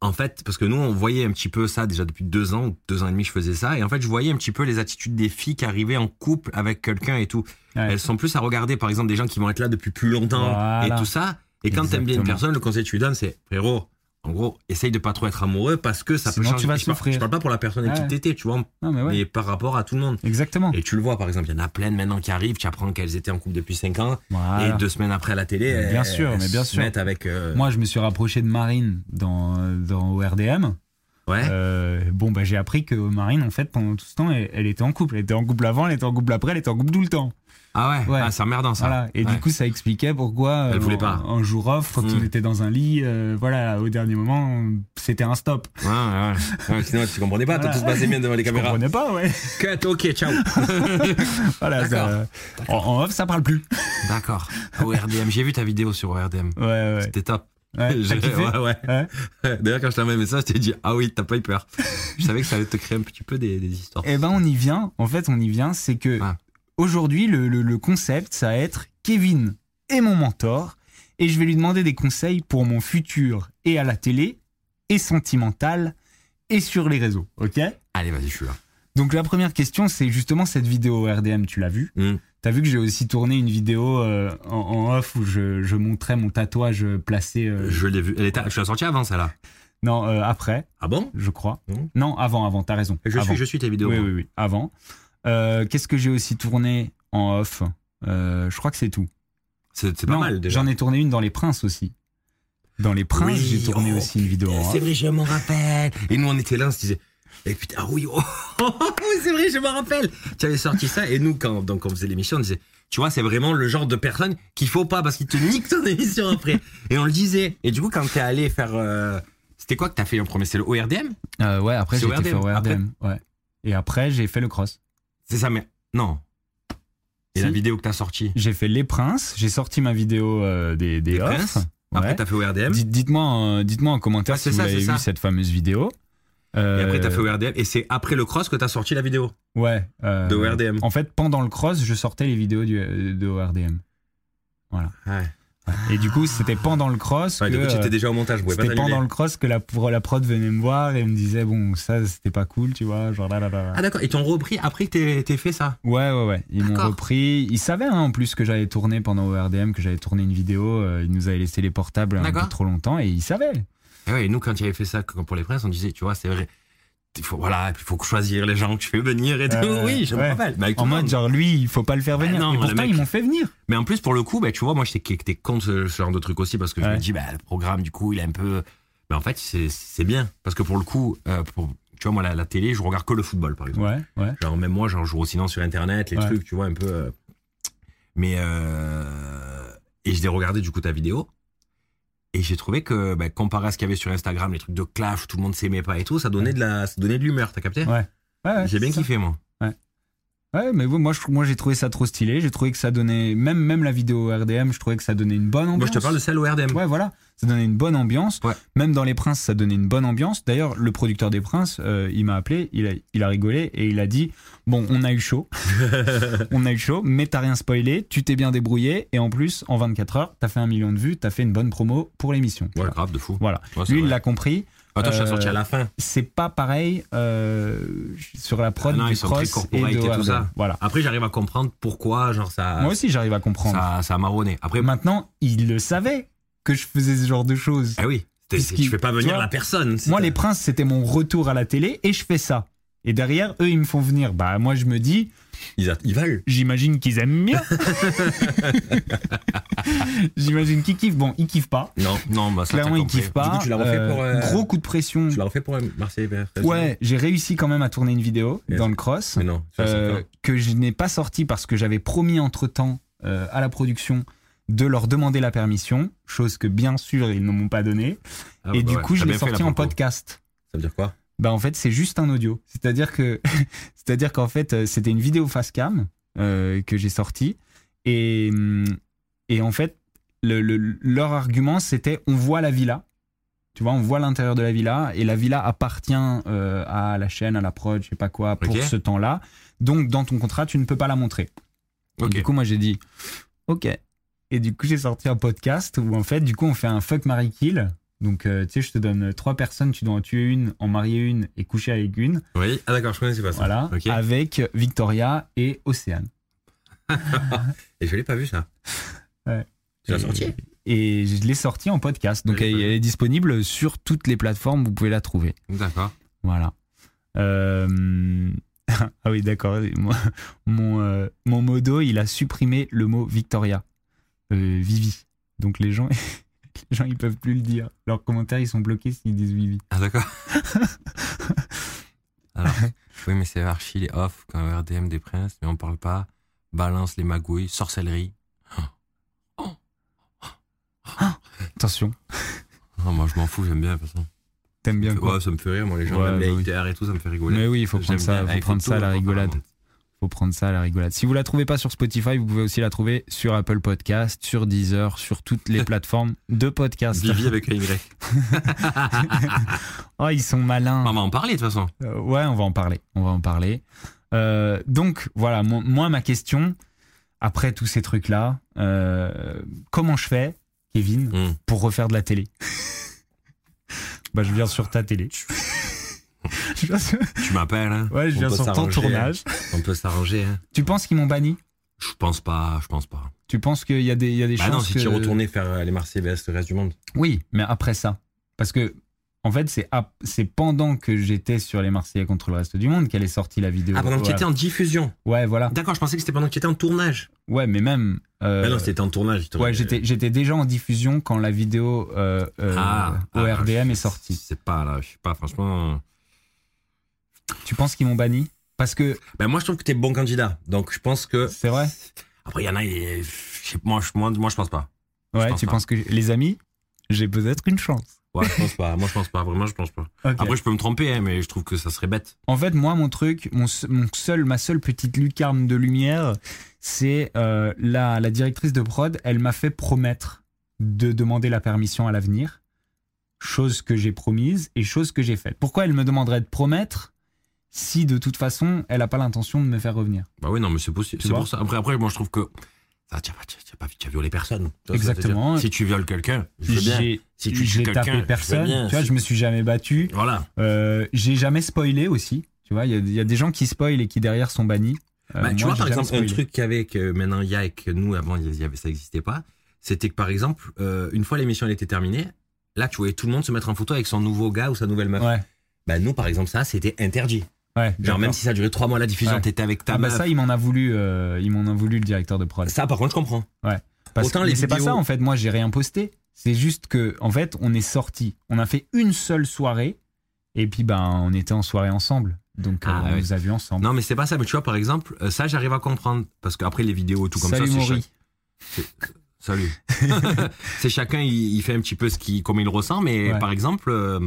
[SPEAKER 2] En fait, parce que nous, on voyait un petit peu ça déjà depuis deux ans, ou deux ans et demi, je faisais ça. Et en fait, je voyais un petit peu les attitudes des filles qui arrivaient en couple avec quelqu'un et tout.
[SPEAKER 1] Ouais.
[SPEAKER 2] Elles sont plus à regarder, par exemple, des gens qui vont être là depuis plus longtemps
[SPEAKER 1] Voilà.
[SPEAKER 2] et tout ça. Et quand t'aimes bien une
[SPEAKER 1] Exactement.
[SPEAKER 2] personne, le conseil que tu lui donnes, c'est frérot, en gros, essaye de pas trop être amoureux parce que ça
[SPEAKER 1] Sinon,
[SPEAKER 2] peut changer.
[SPEAKER 1] tu vas
[SPEAKER 2] Et je, parle-
[SPEAKER 1] souffrir.
[SPEAKER 2] je parle pas pour la personne avec
[SPEAKER 1] Ouais.
[SPEAKER 2] qui t'étais, tu vois,
[SPEAKER 1] Non, mais ouais.
[SPEAKER 2] mais par rapport à tout le monde.
[SPEAKER 1] Exactement.
[SPEAKER 2] Et tu le vois, par exemple, il y en a plein de maintenant qui arrivent, tu apprends qu'elles étaient en couple depuis 5 ans,
[SPEAKER 1] Voilà.
[SPEAKER 2] et deux semaines après à la télé,
[SPEAKER 1] Mais bien
[SPEAKER 2] elles-
[SPEAKER 1] sûr,
[SPEAKER 2] elles
[SPEAKER 1] mais bien
[SPEAKER 2] se
[SPEAKER 1] sûr.
[SPEAKER 2] mettent avec. euh,
[SPEAKER 1] Moi, je me suis rapproché de Marine dans, dans ORDM.
[SPEAKER 2] ouais.
[SPEAKER 1] Euh, bon, bah, j'ai appris que Marine, en fait, pendant tout ce temps, elle, elle était en couple. Elle était en couple avant, elle était en couple après, elle était en couple tout le temps.
[SPEAKER 2] ah ouais,
[SPEAKER 1] ouais.
[SPEAKER 2] Ah, c'est emmerdant ça.
[SPEAKER 1] Voilà. Et
[SPEAKER 2] Ouais.
[SPEAKER 1] du coup, ça expliquait pourquoi
[SPEAKER 2] Elle voulait
[SPEAKER 1] en-
[SPEAKER 2] pas.
[SPEAKER 1] un jour off, quand
[SPEAKER 2] Mm.
[SPEAKER 1] on était dans un lit, euh, voilà, au dernier moment, c'était un stop.
[SPEAKER 2] Ouais, ouais, ouais. Sinon, tu comprenais pas,
[SPEAKER 1] Voilà.
[SPEAKER 2] toi, tout se passait bien devant les
[SPEAKER 1] Je
[SPEAKER 2] caméras.
[SPEAKER 1] comprenais pas, ouais. *laughs*
[SPEAKER 2] Cut, ok, ciao.
[SPEAKER 1] voilà, ça- en, en off, ça parle plus.
[SPEAKER 2] D'accord. ORDM, j'ai vu ta vidéo sur ORDM.
[SPEAKER 1] Ouais,
[SPEAKER 2] *laughs*
[SPEAKER 1] ouais.
[SPEAKER 2] C'était top.
[SPEAKER 1] Ouais,
[SPEAKER 2] Je-
[SPEAKER 1] t'as kiffé
[SPEAKER 2] ouais, ouais.
[SPEAKER 1] Ouais.
[SPEAKER 2] D'ailleurs, quand je t'ai envoyé le message, je t'ai dit Ah oui, t'as pas eu peur. je savais que ça allait te créer un petit peu des, des histoires.
[SPEAKER 1] Eh ben, on y vient. En fait, on y vient. C'est que
[SPEAKER 2] Ah.
[SPEAKER 1] aujourd'hui, le, le- le concept, ça va être Kevin est mon mentor et je vais lui demander des conseils pour mon futur et à la télé et sentimental et sur les réseaux. Ok
[SPEAKER 2] Allez, vas-y, je suis là.
[SPEAKER 1] Donc, la première question, c'est justement cette vidéo RDM. Tu l'as vue
[SPEAKER 2] Mm.
[SPEAKER 1] T'as vu que j'ai aussi tourné une vidéo euh, en, en off où je, je montrais mon tatouage placé. euh,
[SPEAKER 2] Je l'ai vu. Elle était, je suis sorti avant celle-là.
[SPEAKER 1] Non, euh, après,
[SPEAKER 2] Ah bon
[SPEAKER 1] je crois.
[SPEAKER 2] Mm.
[SPEAKER 1] Non, avant, avant, t'as raison.
[SPEAKER 2] je
[SPEAKER 1] Avant.
[SPEAKER 2] suis, je suis tes vidéos.
[SPEAKER 1] Ah Oui,
[SPEAKER 2] moi.
[SPEAKER 1] oui, oui, avant. Euh, Qu'est-ce que j'ai aussi tourné en off Euh, Je crois que c'est tout.
[SPEAKER 2] C'est c'est pas
[SPEAKER 1] Non,
[SPEAKER 2] mal déjà.
[SPEAKER 1] J'en ai tourné une dans Les Princes aussi. Dans Les Princes,
[SPEAKER 2] Oui,
[SPEAKER 1] j'ai tourné
[SPEAKER 2] oh,
[SPEAKER 1] aussi une vidéo en
[SPEAKER 2] C'est
[SPEAKER 1] off.
[SPEAKER 2] vrai, je m'en rappelle. Et nous, on était là, on se disait. Et putain, ah oui, oh, *laughs* c'est vrai, je m'en rappelle. Tu avais sorti ça, et nous, quand, donc, on faisait l'émission, on disait, tu vois, c'est vraiment le genre de personne qu'il faut pas parce qu'il te nique ton *laughs* émission après. Et on le disait. Et du coup, quand t'es allé faire. euh, c'était quoi que t'as fait en premier C'est le ORDM
[SPEAKER 1] Euh, ouais, après
[SPEAKER 2] C'est
[SPEAKER 1] j'ai été
[SPEAKER 2] ORDM,
[SPEAKER 1] faire ORDM. Ouais. Et après, j'ai fait le cross.
[SPEAKER 2] C'est ça, mais. Non. Et
[SPEAKER 1] Si.
[SPEAKER 2] la vidéo que t'as sortie
[SPEAKER 1] J'ai fait Les Princes, j'ai sorti ma vidéo euh, des, des
[SPEAKER 2] Des
[SPEAKER 1] off.
[SPEAKER 2] Princes
[SPEAKER 1] Ouais.
[SPEAKER 2] Après, t'as fait ORDM.
[SPEAKER 1] Dites- Dites-moi dites en commentaire
[SPEAKER 2] Ouais,
[SPEAKER 1] si
[SPEAKER 2] c'est
[SPEAKER 1] vous
[SPEAKER 2] ça,
[SPEAKER 1] avez vu
[SPEAKER 2] c'est ça.
[SPEAKER 1] cette fameuse vidéo.
[SPEAKER 2] Et après, t'as
[SPEAKER 1] Euh,
[SPEAKER 2] fait ORDM. Et c'est après le cross que t'as sorti la vidéo
[SPEAKER 1] Ouais. euh,
[SPEAKER 2] de ORDM.
[SPEAKER 1] En fait, pendant le cross, je sortais les vidéos du, euh, de ORDM.
[SPEAKER 2] Ouais.
[SPEAKER 1] Et du coup, c'était pendant le cross
[SPEAKER 2] Ouais,
[SPEAKER 1] que
[SPEAKER 2] du coup,
[SPEAKER 1] euh,
[SPEAKER 2] t'étais déjà au montage, je pouvais pas
[SPEAKER 1] C'était pendant
[SPEAKER 2] t'annuler.
[SPEAKER 1] le cross que la, pro- la prod venait me voir et me disait bon ça c'était pas cool tu vois genre là là là. là.
[SPEAKER 2] Ah, d'accord. Ils t'ont repris après que t'aies- t'aies fait ça
[SPEAKER 1] Ouais ouais ouais ils m'ont
[SPEAKER 2] D'accord.
[SPEAKER 1] repris ils savaient hein, en plus que j'avais tourné pendant ORDM que j'avais tourné une vidéo euh, ils nous avaient laissé les portables un
[SPEAKER 2] D'accord.
[SPEAKER 1] peu trop longtemps et ils savaient
[SPEAKER 2] Et ouais, et nous, quand il avait fait ça comme pour les princes, on disait, tu vois, c'est vrai. Il faut, voilà, il faut choisir les gens que tu fais venir et tout.
[SPEAKER 1] Euh,
[SPEAKER 2] oui, je
[SPEAKER 1] ouais.
[SPEAKER 2] me rappelle. Mais, Bah, avec tout
[SPEAKER 1] en
[SPEAKER 2] le
[SPEAKER 1] mode
[SPEAKER 2] monde.
[SPEAKER 1] genre lui il faut pas le faire
[SPEAKER 2] Bah
[SPEAKER 1] venir et
[SPEAKER 2] non, le
[SPEAKER 1] pourtant
[SPEAKER 2] mec-
[SPEAKER 1] ils m'ont fait venir
[SPEAKER 2] mais en plus, pour le coup, bah, tu vois, moi, j'étais j'étais contre ce, ce genre de truc aussi parce que je
[SPEAKER 1] Ouais.
[SPEAKER 2] me dis, bah, le programme, du coup, il est un peu. Mais en fait, c'est- c'est bien. Parce que pour le coup, euh, pour, tu vois, moi, la, la télé, je regarde que le football, par exemple.
[SPEAKER 1] ouais ouais
[SPEAKER 2] Genre, même moi, genre, je joue aussi non sur Internet, les
[SPEAKER 1] Ouais.
[SPEAKER 2] trucs, tu vois, un peu. euh, Mais. euh, Et je l'ai regardé, du coup, ta vidéo. Et j'ai trouvé que, bah, comparé à ce qu'il y avait sur Instagram, les trucs de clash, tout le monde s'aimait pas et tout, ça donnait de la, ça donnait de l'humeur, t'as capté
[SPEAKER 1] ouais, ouais,
[SPEAKER 2] J'ai bien
[SPEAKER 1] c'est ça.
[SPEAKER 2] kiffé, moi.
[SPEAKER 1] ouais mais ouais, moi je, moi j'ai trouvé ça trop stylé j'ai trouvé que ça donnait même même la vidéo ORDM je trouvais que ça donnait une bonne ambiance
[SPEAKER 2] Moi, je te parle de celle au
[SPEAKER 1] *laughs*
[SPEAKER 2] RDM.
[SPEAKER 1] Ouais, voilà. Ça donnait une bonne ambiance.
[SPEAKER 2] Ouais.
[SPEAKER 1] Même dans Les Princes, ça donnait une bonne ambiance. D'ailleurs, le producteur des Princes, euh, il m'a appelé, il a, il a rigolé et il a dit Bon, on a eu chaud. *laughs* on a eu chaud, mais t'as rien spoilé, tu t'es bien débrouillé. Et en plus, en 24 heures, t'as fait un million de vues, t'as fait une bonne promo pour l'émission.
[SPEAKER 2] Ouais, grave, de fou.
[SPEAKER 1] Voilà.
[SPEAKER 2] Ouais, c'est
[SPEAKER 1] Lui, il
[SPEAKER 2] vrai.
[SPEAKER 1] l'a compris.
[SPEAKER 2] Attends, je
[SPEAKER 1] euh,
[SPEAKER 2] suis sorti à la fin.
[SPEAKER 1] C'est pas pareil euh, sur la prod
[SPEAKER 2] Ah non,
[SPEAKER 1] du
[SPEAKER 2] ils sont très
[SPEAKER 1] cross et de
[SPEAKER 2] corporate et tout
[SPEAKER 1] Warden.
[SPEAKER 2] ça.
[SPEAKER 1] Voilà.
[SPEAKER 2] Après, j'arrive à comprendre pourquoi, genre, ça.
[SPEAKER 1] Moi aussi, j'arrive à comprendre.
[SPEAKER 2] ça, ça a marronné. Après,
[SPEAKER 1] Maintenant, il le savait que je faisais ce genre de choses.
[SPEAKER 2] ah oui, t'es-
[SPEAKER 1] Puisqu'il-
[SPEAKER 2] tu fais pas
[SPEAKER 1] tu
[SPEAKER 2] venir
[SPEAKER 1] vois,
[SPEAKER 2] la personne. si
[SPEAKER 1] Moi,
[SPEAKER 2] t'as-
[SPEAKER 1] les princes, c'était mon retour à la télé et je fais ça. Et derrière, eux, ils me font venir. Bah, moi, je me dis,
[SPEAKER 2] Ils, a-
[SPEAKER 1] *laughs*
[SPEAKER 2] ils veulent.
[SPEAKER 1] j'imagine qu'ils aiment
[SPEAKER 2] *laughs*
[SPEAKER 1] bien. j'imagine qu'ils kiffent. Bon, ils kiffent pas.
[SPEAKER 2] Non, non, bah, ça, t'as
[SPEAKER 1] Clairement, ils
[SPEAKER 2] compris.
[SPEAKER 1] kiffent pas.
[SPEAKER 2] Du coup, tu l'as refait
[SPEAKER 1] Euh,
[SPEAKER 2] pour. euh,
[SPEAKER 1] Gros coup de pression.
[SPEAKER 2] Tu l'as refait pour Marseille
[SPEAKER 1] Ouais, j'ai réussi quand même à tourner une vidéo
[SPEAKER 2] Yes.
[SPEAKER 1] dans le cross
[SPEAKER 2] Mais non, tu vas
[SPEAKER 1] euh,
[SPEAKER 2] sortir.
[SPEAKER 1] que je n'ai pas sorti parce que j'avais promis entre-temps euh, à la production de leur demander la permission, chose que bien sûr ils ne m'ont pas donnée.
[SPEAKER 2] Ah,
[SPEAKER 1] et
[SPEAKER 2] bah
[SPEAKER 1] du
[SPEAKER 2] ouais,
[SPEAKER 1] coup,
[SPEAKER 2] t'as
[SPEAKER 1] je l'ai
[SPEAKER 2] bien fait, là,
[SPEAKER 1] sorti
[SPEAKER 2] pour
[SPEAKER 1] en
[SPEAKER 2] le coup.
[SPEAKER 1] podcast.
[SPEAKER 2] Ça veut dire quoi
[SPEAKER 1] Bah en fait c'est juste un audio. C'est-à-dire que *laughs* c'est-à-dire qu'en fait euh, c'était une vidéo face cam euh, que j'ai sortie et mm, hum, et en fait le- le- leur argument c'était on voit la villa Tu vois, on voit l'intérieur de la villa et la villa appartient euh, à la chaîne, à la prod, je sais pas quoi, pour
[SPEAKER 2] Ok.
[SPEAKER 1] ce temps-là. Donc, dans ton contrat, tu ne peux pas la montrer. Et
[SPEAKER 2] Ok.
[SPEAKER 1] du coup, moi, j'ai dit OK. Et du coup, j'ai sorti un podcast où, en fait, du coup, on fait un fuck Marie Kill. Donc, euh, tu sais, je te donne trois personnes, tu dois en tuer une, en marier une et coucher avec une.
[SPEAKER 2] Oui. Ah d'accord, je connaissais pas ça.
[SPEAKER 1] Voilà.
[SPEAKER 2] Ok.
[SPEAKER 1] Avec Victoria et Océane.
[SPEAKER 2] Et je l'ai pas vu ça.
[SPEAKER 1] *laughs* Ouais.
[SPEAKER 2] Tu l'as sorti
[SPEAKER 1] Et je l'ai sorti en podcast. Donc,
[SPEAKER 2] Oui,
[SPEAKER 1] elle,
[SPEAKER 2] oui.
[SPEAKER 1] elle est disponible sur toutes les plateformes. Vous pouvez la trouver.
[SPEAKER 2] D'accord.
[SPEAKER 1] Voilà. Euh, *laughs* ah oui, d'accord. Moi, Mon, euh, mon modo, il a supprimé le mot Victoria. Euh, Vivi. Donc, les gens, *laughs* les gens, ils peuvent plus le dire. Leurs commentaires, ils sont bloqués s'ils disent Vivi. *laughs*
[SPEAKER 2] Ah d'accord. Alors, oui, mais c'est archi les off quand RDM des princes, mais on parle pas. Balance les magouilles, sorcellerie.
[SPEAKER 1] Attention.
[SPEAKER 2] Non, moi je m'en fous, j'aime bien de toute façon.
[SPEAKER 1] T'aimes bien quoi
[SPEAKER 2] Ouais, ça me fait rire, moi les gens,
[SPEAKER 1] Ouais,
[SPEAKER 2] même les
[SPEAKER 1] bah oui.
[SPEAKER 2] haters et tout, ça me fait rigoler.
[SPEAKER 1] Mais oui, il faut
[SPEAKER 2] J'aime
[SPEAKER 1] prendre ça,
[SPEAKER 2] bien.
[SPEAKER 1] faut
[SPEAKER 2] Avec hein,
[SPEAKER 1] prendre
[SPEAKER 2] tout,
[SPEAKER 1] ça à la
[SPEAKER 2] on parle.
[SPEAKER 1] rigolade. faut prendre ça à la rigolade. Si vous la trouvez pas sur Spotify, vous pouvez aussi la trouver sur Apple Podcast, sur Deezer, sur toutes
[SPEAKER 2] *laughs*
[SPEAKER 1] les plateformes de podcast.
[SPEAKER 2] Vivi avec un Y.
[SPEAKER 1] oh, ils sont malins.
[SPEAKER 2] On va en parler de toute façon.
[SPEAKER 1] Euh, ouais, on va en parler. On va en parler. Euh, donc voilà, mon- moi ma question après tous ces trucs là, comment je fais, Kevin,
[SPEAKER 2] Hum.
[SPEAKER 1] pour refaire de la télé *laughs* Bah je viens sur ta télé. *laughs* Je viens sur-
[SPEAKER 2] Tu m'appelles, hein.
[SPEAKER 1] ouais, je
[SPEAKER 2] On
[SPEAKER 1] viens
[SPEAKER 2] peut
[SPEAKER 1] sur ton
[SPEAKER 2] s'arranger,
[SPEAKER 1] tournage.
[SPEAKER 2] hein. On peut s'arranger, hein.
[SPEAKER 1] Tu penses qu'ils m'ont banni
[SPEAKER 2] Je pense pas, je pense pas.
[SPEAKER 1] Tu penses qu'il y a des, il y a des
[SPEAKER 2] Bah non,
[SPEAKER 1] chances
[SPEAKER 2] si
[SPEAKER 1] que...
[SPEAKER 2] tu retournais faire euh, les Marseillais le reste du monde.
[SPEAKER 1] Oui, mais après ça. Parce que, en fait, c'est ap- c'est pendant que j'étais sur les Marseillais contre le reste du monde qu'elle est sortie la vidéo.
[SPEAKER 2] Ah, pendant que
[SPEAKER 1] bah
[SPEAKER 2] tu
[SPEAKER 1] Ouais.
[SPEAKER 2] étais en diffusion.
[SPEAKER 1] Ouais, voilà.
[SPEAKER 2] D'accord, je pensais que c'était pendant que tu étais en tournage.
[SPEAKER 1] Ouais, mais même. euh,
[SPEAKER 2] Ah non, c'était en tournage. t'aurais-
[SPEAKER 1] ouais, j'étais j'étais déjà en diffusion quand la vidéo euh, euh,
[SPEAKER 2] Ah, ah,
[SPEAKER 1] ORDM
[SPEAKER 2] je-
[SPEAKER 1] est sortie.
[SPEAKER 2] Je sais pas, là, je sais pas, franchement.
[SPEAKER 1] Tu penses qu'ils m'ont banni Parce
[SPEAKER 2] *laughs*
[SPEAKER 1] que,
[SPEAKER 2] Ben, moi, je trouve que t'es bon candidat. Donc, je pense que.
[SPEAKER 1] c'est vrai
[SPEAKER 2] Après, il y en a, il- je sais- moi, je, moi, moi, je pense pas.
[SPEAKER 1] Ouais,
[SPEAKER 2] pense
[SPEAKER 1] tu
[SPEAKER 2] pas.
[SPEAKER 1] penses que. Les amis, j'ai peut-être une chance.
[SPEAKER 2] Ouais, je pense pas. Moi, je pense pas. Vraiment, je pense pas.
[SPEAKER 1] Ok.
[SPEAKER 2] Après, je peux me tromper, hein, mais je trouve que ça serait bête.
[SPEAKER 1] En fait, moi, mon truc, mon, se- mon seul, ma seule petite lucarne de lumière, c'est euh, la, la directrice de prod, elle m'a fait promettre de demander la permission à l'avenir, chose que j'ai promise et chose que j'ai faite. Pourquoi elle me demanderait de promettre si de toute façon, elle n'a pas l'intention de me faire revenir
[SPEAKER 2] Bah oui, non, mais c'est possible.
[SPEAKER 1] Tu
[SPEAKER 2] C'est
[SPEAKER 1] vois
[SPEAKER 2] pour ça. Après, après, moi, je trouve que. Ah, Ça, tu as, pas- tu as pas- tu as violé personne. Tu vois ce que je veux dire
[SPEAKER 1] Exactement.
[SPEAKER 2] Si tu violes quelqu'un, je veux bien.
[SPEAKER 1] J'ai
[SPEAKER 2] Si tu tues
[SPEAKER 1] j'ai
[SPEAKER 2] quelqu'un, je
[SPEAKER 1] tapé
[SPEAKER 2] veux
[SPEAKER 1] personne,
[SPEAKER 2] bien.
[SPEAKER 1] tu vois,
[SPEAKER 2] Si-
[SPEAKER 1] je me suis jamais battu,
[SPEAKER 2] Voilà.
[SPEAKER 1] euh, j'ai jamais spoilé aussi, tu vois, il y a- il y, a des gens qui spoilent et qui derrière sont bannis. Euh,
[SPEAKER 2] Bah, tu
[SPEAKER 1] moi,
[SPEAKER 2] vois, par
[SPEAKER 1] j'ai jamais
[SPEAKER 2] exemple,
[SPEAKER 1] spoilé.
[SPEAKER 2] un truc qu'il y avait que maintenant il y a et que nous, avant, il y avait, ça n'existait pas, c'était que par exemple, euh, une fois l'émission elle était terminée, là, tu voyais tout le monde se mettre en photo avec son nouveau gars ou sa nouvelle meuf.
[SPEAKER 1] Ouais,
[SPEAKER 2] Bah, nous, par exemple, ça, c'était interdit.
[SPEAKER 1] ouais.
[SPEAKER 2] Genre, même si ça durait trois mois la diffusion,
[SPEAKER 1] Ouais.
[SPEAKER 2] t'étais avec ta
[SPEAKER 1] Ah bah
[SPEAKER 2] meuf.
[SPEAKER 1] ça, il m'en a voulu, euh, il m'en a voulu le directeur de prod.
[SPEAKER 2] Ça, par contre, je comprends.
[SPEAKER 1] Parce
[SPEAKER 2] autant
[SPEAKER 1] que-
[SPEAKER 2] les
[SPEAKER 1] mais c'est pas
[SPEAKER 2] vidéos-
[SPEAKER 1] ça en fait. Moi, j'ai rien posté. C'est juste que, en fait, on est sorti. On a fait une seule soirée, et puis ben, on était en soirée ensemble. Donc, euh,
[SPEAKER 2] Ah,
[SPEAKER 1] on
[SPEAKER 2] ouais.
[SPEAKER 1] nous a vus ensemble.
[SPEAKER 2] Non, mais c'est pas ça. Mais tu vois, par exemple, euh, ça, j'arrive à comprendre. Parce qu'après, les vidéos et tout comme
[SPEAKER 1] Salut
[SPEAKER 2] ça, c'est
[SPEAKER 1] Maury.
[SPEAKER 2] chaque- Salut. *laughs* c'est chacun, il, il fait un petit peu ce qui, comme il le ressent, mais
[SPEAKER 1] Ouais.
[SPEAKER 2] par exemple, euh,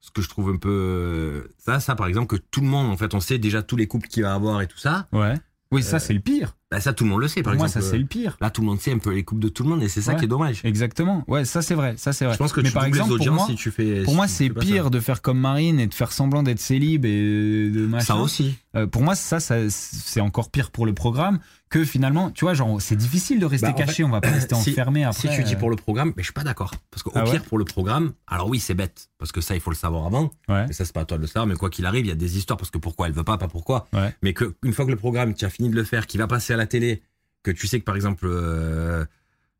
[SPEAKER 2] ce que je trouve un peu. euh, Ça, ça, par exemple, que tout le monde, en fait, on sait déjà tous les couples qu'il va avoir et tout ça.
[SPEAKER 1] Ouais. Oui, ça c'est le pire.
[SPEAKER 2] Bah, ça, tout le monde le sait,
[SPEAKER 1] Pour
[SPEAKER 2] par
[SPEAKER 1] moi,
[SPEAKER 2] exemple. euh,
[SPEAKER 1] ça c'est le pire.
[SPEAKER 2] Là, tout le monde sait un peu les couples de tout le monde et c'est ça
[SPEAKER 1] Ouais.
[SPEAKER 2] qui est dommage.
[SPEAKER 1] Exactement. Ouais, ça c'est vrai. Ça c'est vrai.
[SPEAKER 2] Je pense que
[SPEAKER 1] mais
[SPEAKER 2] tu
[SPEAKER 1] par
[SPEAKER 2] doubles
[SPEAKER 1] exemple,
[SPEAKER 2] les
[SPEAKER 1] pour
[SPEAKER 2] audiences
[SPEAKER 1] moi,
[SPEAKER 2] si tu fais.
[SPEAKER 1] pour
[SPEAKER 2] si
[SPEAKER 1] moi
[SPEAKER 2] tu
[SPEAKER 1] c'est
[SPEAKER 2] fais pas ça.
[SPEAKER 1] pire de faire comme Marine et de faire semblant d'être célib et de
[SPEAKER 2] Ça,
[SPEAKER 1] machin.
[SPEAKER 2] aussi.
[SPEAKER 1] Euh, pour moi, ça, ça c'est encore pire pour le programme que finalement, tu vois, genre, c'est difficile de rester
[SPEAKER 2] Bah, en
[SPEAKER 1] caché, on va pas rester
[SPEAKER 2] *coughs* si-
[SPEAKER 1] enfermé après.
[SPEAKER 2] si tu dis
[SPEAKER 1] euh,
[SPEAKER 2] pour le programme, mais je suis pas d'accord. Parce qu'au
[SPEAKER 1] Ah ouais
[SPEAKER 2] pire, pour le programme, alors oui, c'est bête. Parce que ça, il faut le savoir avant.
[SPEAKER 1] Ouais.
[SPEAKER 2] Mais ça, c'est pas à toi de le savoir. Mais quoi qu'il arrive, il y a des histoires. Parce que pourquoi elle veut pas, pas pourquoi.
[SPEAKER 1] Ouais.
[SPEAKER 2] Mais que, une fois que le programme, tu as fini de le faire, qui va passer à la télé, que tu sais que par exemple, euh,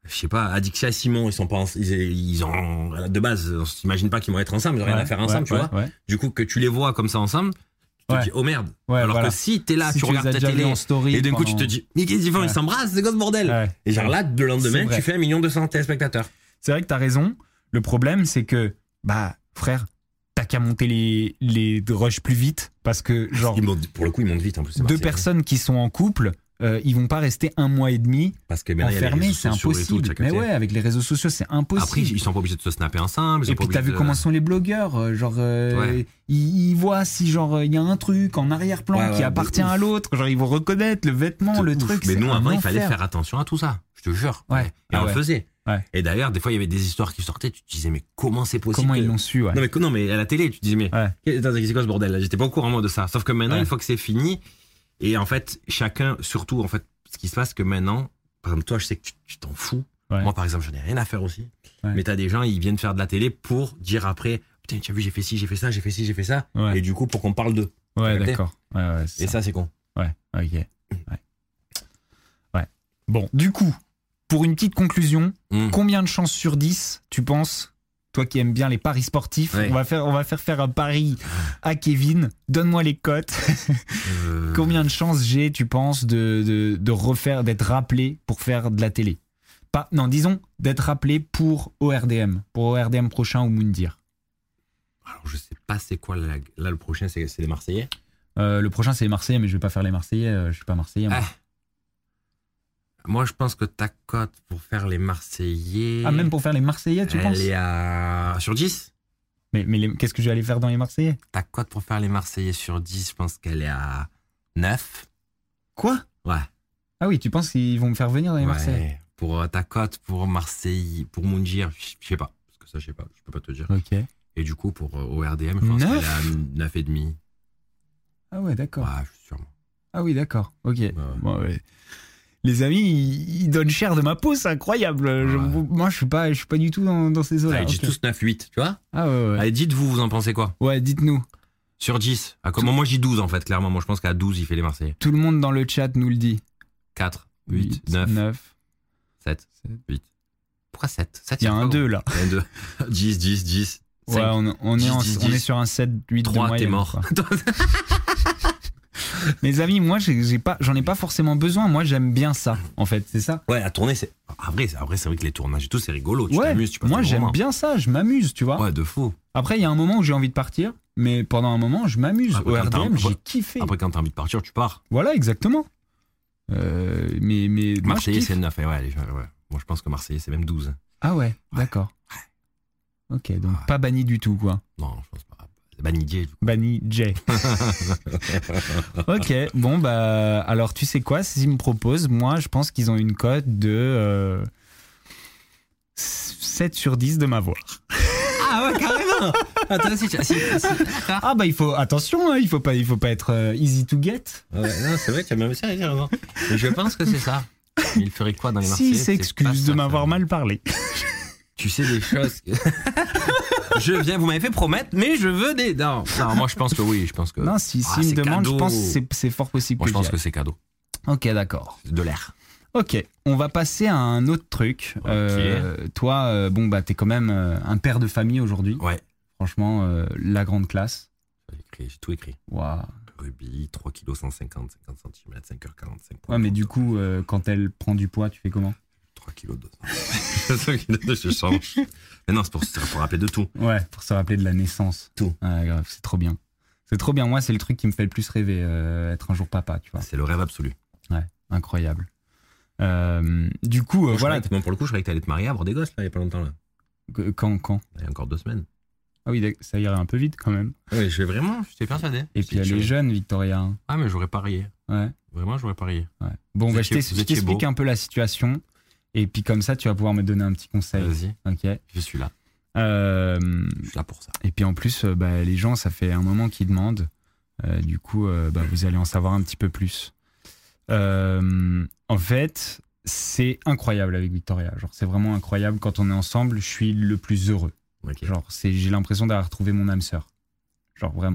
[SPEAKER 2] je sais pas, Adixia et Simon, ils sont pas, en- ils, ils ont, de base, on s'imagine pas qu'ils vont être ensemble, ils ont rien
[SPEAKER 1] euh. ouais,
[SPEAKER 2] à faire ensemble,
[SPEAKER 1] ouais,
[SPEAKER 2] tu
[SPEAKER 1] ouais,
[SPEAKER 2] vois.
[SPEAKER 1] ouais.
[SPEAKER 2] Du coup, que tu les vois comme ça ensemble, tu te
[SPEAKER 1] Ouais.
[SPEAKER 2] dis, oh merde.
[SPEAKER 1] Ouais,
[SPEAKER 2] Alors
[SPEAKER 1] voilà.
[SPEAKER 2] que si t'es là,
[SPEAKER 1] Si
[SPEAKER 2] tu,
[SPEAKER 1] les
[SPEAKER 2] regardes
[SPEAKER 1] as
[SPEAKER 2] ta
[SPEAKER 1] déjà vus
[SPEAKER 2] télé,
[SPEAKER 1] en story
[SPEAKER 2] et d'un coup, tu te
[SPEAKER 1] pendant-
[SPEAKER 2] dis, mais qu'est-ce qu'ils font,
[SPEAKER 1] Ouais.
[SPEAKER 2] Ils s'embrassent, c'est quoi ce bordel
[SPEAKER 1] Ouais.
[SPEAKER 2] Et genre là, le
[SPEAKER 1] C'est
[SPEAKER 2] lendemain,
[SPEAKER 1] vrai.
[SPEAKER 2] tu fais un million de centaines de spectateurs.
[SPEAKER 1] C'est vrai que t'as raison. Le problème, c'est que, bah, frère, t'as qu'à monter les, les rushs plus vite parce que, genre,
[SPEAKER 2] Ils montent- pour le coup, ils montent vite en plus. c'est hein.
[SPEAKER 1] deux
[SPEAKER 2] Marseille.
[SPEAKER 1] personnes qui sont en couple, euh, ils vont pas rester un mois et demi
[SPEAKER 2] Parce que maintenant, il y a les
[SPEAKER 1] enfermés,
[SPEAKER 2] réseaux
[SPEAKER 1] c'est
[SPEAKER 2] sociaux et tout,
[SPEAKER 1] impossible.
[SPEAKER 2] t'as capté.
[SPEAKER 1] Mais ouais, avec les réseaux sociaux, c'est
[SPEAKER 2] Après,
[SPEAKER 1] impossible.
[SPEAKER 2] ils sont pas obligés de se snapper ensemble. ils sont
[SPEAKER 1] et
[SPEAKER 2] pas
[SPEAKER 1] puis t'as
[SPEAKER 2] obligés
[SPEAKER 1] vu
[SPEAKER 2] de-
[SPEAKER 1] comment sont les blogueurs, euh, genre euh,
[SPEAKER 2] Ouais.
[SPEAKER 1] ils, ils voient si genre euh, il y a un truc en arrière-plan
[SPEAKER 2] Ouais,
[SPEAKER 1] qui
[SPEAKER 2] ouais,
[SPEAKER 1] appartient
[SPEAKER 2] de ouf.
[SPEAKER 1] à l'autre, genre ils vont reconnaître le vêtement,
[SPEAKER 2] de
[SPEAKER 1] le
[SPEAKER 2] ouf.
[SPEAKER 1] truc.
[SPEAKER 2] Mais
[SPEAKER 1] c'est
[SPEAKER 2] nous,
[SPEAKER 1] un
[SPEAKER 2] avant, il fallait
[SPEAKER 1] enfer.
[SPEAKER 2] faire attention à tout ça. Je te jure.
[SPEAKER 1] Ouais.
[SPEAKER 2] Et
[SPEAKER 1] Ah
[SPEAKER 2] on le
[SPEAKER 1] ouais.
[SPEAKER 2] faisait.
[SPEAKER 1] Ouais.
[SPEAKER 2] Et d'ailleurs, des fois, il y avait des histoires qui sortaient, tu te disais, mais comment c'est possible
[SPEAKER 1] Comment
[SPEAKER 2] que-
[SPEAKER 1] ils l'ont su ouais.
[SPEAKER 2] non, mais, non, mais à la télé, tu te disais, mais
[SPEAKER 1] Ouais.
[SPEAKER 2] qu'est- attends, c'est quoi ce bordel là J'étais pas au courant, moi, de ça. Sauf que maintenant,
[SPEAKER 1] Ouais.
[SPEAKER 2] une fois que c'est fini, et en fait, chacun, surtout, en fait, ce qui se passe, c'est que maintenant, par exemple, toi, je sais que tu- tu t'en fous.
[SPEAKER 1] Ouais.
[SPEAKER 2] Moi, par exemple, j'en ai rien à faire aussi.
[SPEAKER 1] Ouais.
[SPEAKER 2] Mais t'as des gens, ils viennent faire de la télé pour dire après, putain, tu as vu, j'ai fait ci, j'ai fait ça, j'ai fait ci, j'ai fait ça.
[SPEAKER 1] Ouais.
[SPEAKER 2] Et du coup, pour qu'on parle d'eux.
[SPEAKER 1] Ouais,
[SPEAKER 2] capté
[SPEAKER 1] d'accord. Ouais, ouais, c'est
[SPEAKER 2] Et ça, c'est con.
[SPEAKER 1] Ouais, ok. Ouais. Ouais. Bon, du coup, pour une petite conclusion,
[SPEAKER 2] Mm.
[SPEAKER 1] combien de chances sur 10, tu penses toi qui aimes bien les paris sportifs,
[SPEAKER 2] Ouais.
[SPEAKER 1] on, va faire, on va faire faire un pari à Kevin. Donne-moi les cotes.
[SPEAKER 2] Mmh. Euh,
[SPEAKER 1] Combien de chances j'ai, tu penses, de, de, de refaire, d'être rappelé pour faire de la télé Pas, Non, disons, d'être rappelé pour ORDM, pour ORDM prochain ou Moundir.
[SPEAKER 2] Alors, je sais pas c'est quoi. la- Là, le prochain, c'est c'est les Marseillais.
[SPEAKER 1] Euh, le prochain, c'est les Marseillais, mais je vais pas faire les Marseillais, euh, je suis pas Marseillais. moi.
[SPEAKER 2] Ah. Moi, je pense que ta cote pour faire les Marseillais.
[SPEAKER 1] Ah, même pour faire les Marseillais, tu
[SPEAKER 2] elle
[SPEAKER 1] penses
[SPEAKER 2] est à. Sur 10
[SPEAKER 1] Mais, mais les- qu'est-ce que je vais aller faire dans les Marseillais
[SPEAKER 2] Ta cote pour faire les Marseillais sur 10, je pense qu'elle est à 9.
[SPEAKER 1] Quoi
[SPEAKER 2] Ouais.
[SPEAKER 1] Ah oui, tu penses qu'ils vont me faire venir dans les
[SPEAKER 2] ouais.
[SPEAKER 1] Marseillais
[SPEAKER 2] Pour euh, ta cote pour Marseille, pour Moundir, je je sais pas. Parce que ça, je sais pas. Je peux pas te dire.
[SPEAKER 1] Ok.
[SPEAKER 2] Et du coup, pour euh, ORDM, je pense qu'elle est
[SPEAKER 1] Neuf
[SPEAKER 2] à 9,5.
[SPEAKER 1] Ah ouais, d'accord.
[SPEAKER 2] Ouais, je suis sûr. moi.
[SPEAKER 1] Ah oui, d'accord. Ok. Bon, ouais. Les amis, ils, ils donnent cher de ma peau, c'est incroyable. Je-
[SPEAKER 2] Ouais.
[SPEAKER 1] moi, je suis pas, je suis pas du tout dans, dans ces eaux-là.
[SPEAKER 2] Allez, dites
[SPEAKER 1] Ok.
[SPEAKER 2] tous 9,8, tu vois
[SPEAKER 1] Ah ouais, ouais.
[SPEAKER 2] Allez, dites-vous, vous en pensez quoi
[SPEAKER 1] Ouais, dites-nous.
[SPEAKER 2] Sur 10. Ah, comment moi, j'ai 12, en fait, clairement. Moi, je pense qu'à 12, il fait les Marseillais.
[SPEAKER 1] Tout le monde dans le chat nous le dit.
[SPEAKER 2] 4, 8, 9, 7, 8. Pourquoi 7 7
[SPEAKER 1] Il y a un 2 là.
[SPEAKER 2] 2. 10, 10, 10.
[SPEAKER 1] Ouais, on, on est
[SPEAKER 2] Dix,
[SPEAKER 1] en-
[SPEAKER 2] dix,
[SPEAKER 1] on est
[SPEAKER 2] dix.
[SPEAKER 1] sur un 7, 8,
[SPEAKER 2] 3, t'es *laughs* mort.
[SPEAKER 1] Mes amis, moi, j'ai j'ai pas- j'en ai, pas forcément besoin. Moi, j'aime bien ça, en fait. C'est ça.
[SPEAKER 2] ouais, à tourner, c'est. Après, c'est après, c'est vrai que les tournages et tout, c'est rigolo. Tu
[SPEAKER 1] ouais,
[SPEAKER 2] t'amuses, tu passes
[SPEAKER 1] moi,
[SPEAKER 2] un bon
[SPEAKER 1] j'aime
[SPEAKER 2] moment.
[SPEAKER 1] bien ça. Je m'amuse, tu vois.
[SPEAKER 2] Ouais, de fou.
[SPEAKER 1] Après, il y a un moment où j'ai envie de partir, mais pendant un moment, je m'amuse.
[SPEAKER 2] Après,
[SPEAKER 1] Au
[SPEAKER 2] quand t'as un-
[SPEAKER 1] RDM, j'ai
[SPEAKER 2] après-
[SPEAKER 1] kiffé.
[SPEAKER 2] Après, quand t'as envie de partir, tu pars.
[SPEAKER 1] Voilà, exactement. Euh, mais mais moi, je
[SPEAKER 2] Marseillais,
[SPEAKER 1] kiffe.
[SPEAKER 2] c'est 9. Et ouais, les gens, ouais. Moi, je pense que Marseillais, c'est même hein. 12.
[SPEAKER 1] Ah ouais, d'accord. Ok, donc
[SPEAKER 2] Ouais.
[SPEAKER 1] pas banni du tout, quoi.
[SPEAKER 2] Non, je pense pas. Banidier, du coup.
[SPEAKER 1] Banni Jay. *laughs* ok, bon, bah, alors tu sais quoi, s'ils me proposent, moi, je pense qu'ils ont une cote de euh, 7 sur 10 de ma voix.
[SPEAKER 2] Ah ouais, carrément *laughs* Attends, si, si,
[SPEAKER 1] Ah bah, il faut, attention, hein, il, faut pas, il faut pas être euh, easy to get.
[SPEAKER 2] non, c'est vrai, tu as même ça à dire, non Mais Je pense que c'est ça. Mais il ferait quoi dans les Marseillais
[SPEAKER 1] S'il
[SPEAKER 2] c'est pas
[SPEAKER 1] s'excuse
[SPEAKER 2] ça,
[SPEAKER 1] de m'avoir
[SPEAKER 2] ça.
[SPEAKER 1] mal parlé.
[SPEAKER 2] Tu sais des choses. que- *laughs* je viens, vous m'avez fait promettre, mais je veux des. Non, non, moi, je pense que oui, je pense que.
[SPEAKER 1] Non, si,
[SPEAKER 2] Ah,
[SPEAKER 1] s'il me
[SPEAKER 2] c'est
[SPEAKER 1] demande,
[SPEAKER 2] cadeau.
[SPEAKER 1] je pense que c'est- c'est fort possible
[SPEAKER 2] Moi,
[SPEAKER 1] que
[SPEAKER 2] je
[SPEAKER 1] j'y
[SPEAKER 2] pense que
[SPEAKER 1] aille.
[SPEAKER 2] c'est cadeau.
[SPEAKER 1] Ok, d'accord.
[SPEAKER 2] C'est De l'air.
[SPEAKER 1] Ok, on va passer à un autre truc.
[SPEAKER 2] Ok.
[SPEAKER 1] Euh, toi, euh, bon, bah, t'es quand même euh, un père de famille aujourd'hui.
[SPEAKER 2] Ouais.
[SPEAKER 1] Franchement, euh, la grande classe.
[SPEAKER 2] J'ai écrit- J'ai tout écrit.
[SPEAKER 1] Waouh.
[SPEAKER 2] Ruby, 3 kg 150, 50 cm, 5h45.
[SPEAKER 1] Ouais, mais du coup, euh, quand elle prend du poids, tu fais comment
[SPEAKER 2] 3 kg *laughs* 200. 3 kg 200, je change. Mais non, c'est pour, c'est pour rappeler de tout.
[SPEAKER 1] Ouais, pour se rappeler de la naissance.
[SPEAKER 2] Tout.
[SPEAKER 1] Ouais, grave, c'est trop bien. C'est trop bien. Moi, c'est le truc qui me fait le plus rêver, euh, être un jour papa, tu vois.
[SPEAKER 2] C'est le rêve absolu.
[SPEAKER 1] Incroyable. Euh, du coup, euh,
[SPEAKER 2] Moi, je
[SPEAKER 1] voilà.
[SPEAKER 2] croyais que- moi, pour le coup, je croyais que t'allais te marier, avoir des gosses, là, il n'y a pas longtemps, là.
[SPEAKER 1] Qu- Quand, quand
[SPEAKER 2] Il y a encore deux semaines.
[SPEAKER 1] Ah oui, d'ac- ça irait un peu vite quand même.
[SPEAKER 2] Oui, Ah je vais vraiment, je t'ai persuadé.
[SPEAKER 1] Et puis, elle est jeune, Victoria. hein.
[SPEAKER 2] Ah, mais j'aurais parié.
[SPEAKER 1] Ouais.
[SPEAKER 2] Vraiment, j'aurais parié.
[SPEAKER 1] Ouais. Bon,
[SPEAKER 2] Vous
[SPEAKER 1] bah, je
[SPEAKER 2] étiez-
[SPEAKER 1] t'ex-
[SPEAKER 2] vous
[SPEAKER 1] je
[SPEAKER 2] étiez
[SPEAKER 1] t'explique
[SPEAKER 2] beau.
[SPEAKER 1] un peu la situation. Et puis comme ça, tu vas pouvoir me donner un petit conseil.
[SPEAKER 2] Vas-y,
[SPEAKER 1] Ok.
[SPEAKER 2] je suis là.
[SPEAKER 1] Euh,
[SPEAKER 2] Je suis là pour ça.
[SPEAKER 1] et puis en plus, euh, bah, les gens, ça fait un moment qu'ils demandent. Euh, du coup, euh, bah, vous allez en savoir un petit peu plus. Euh, en fait, c'est incroyable avec Victoria. Genre, c'est vraiment incroyable quand on est ensemble. Je suis le plus heureux.
[SPEAKER 2] Ok.
[SPEAKER 1] Genre, c'est, j'ai l'impression d'avoir retrouvé mon âme sœur. Genre vraiment.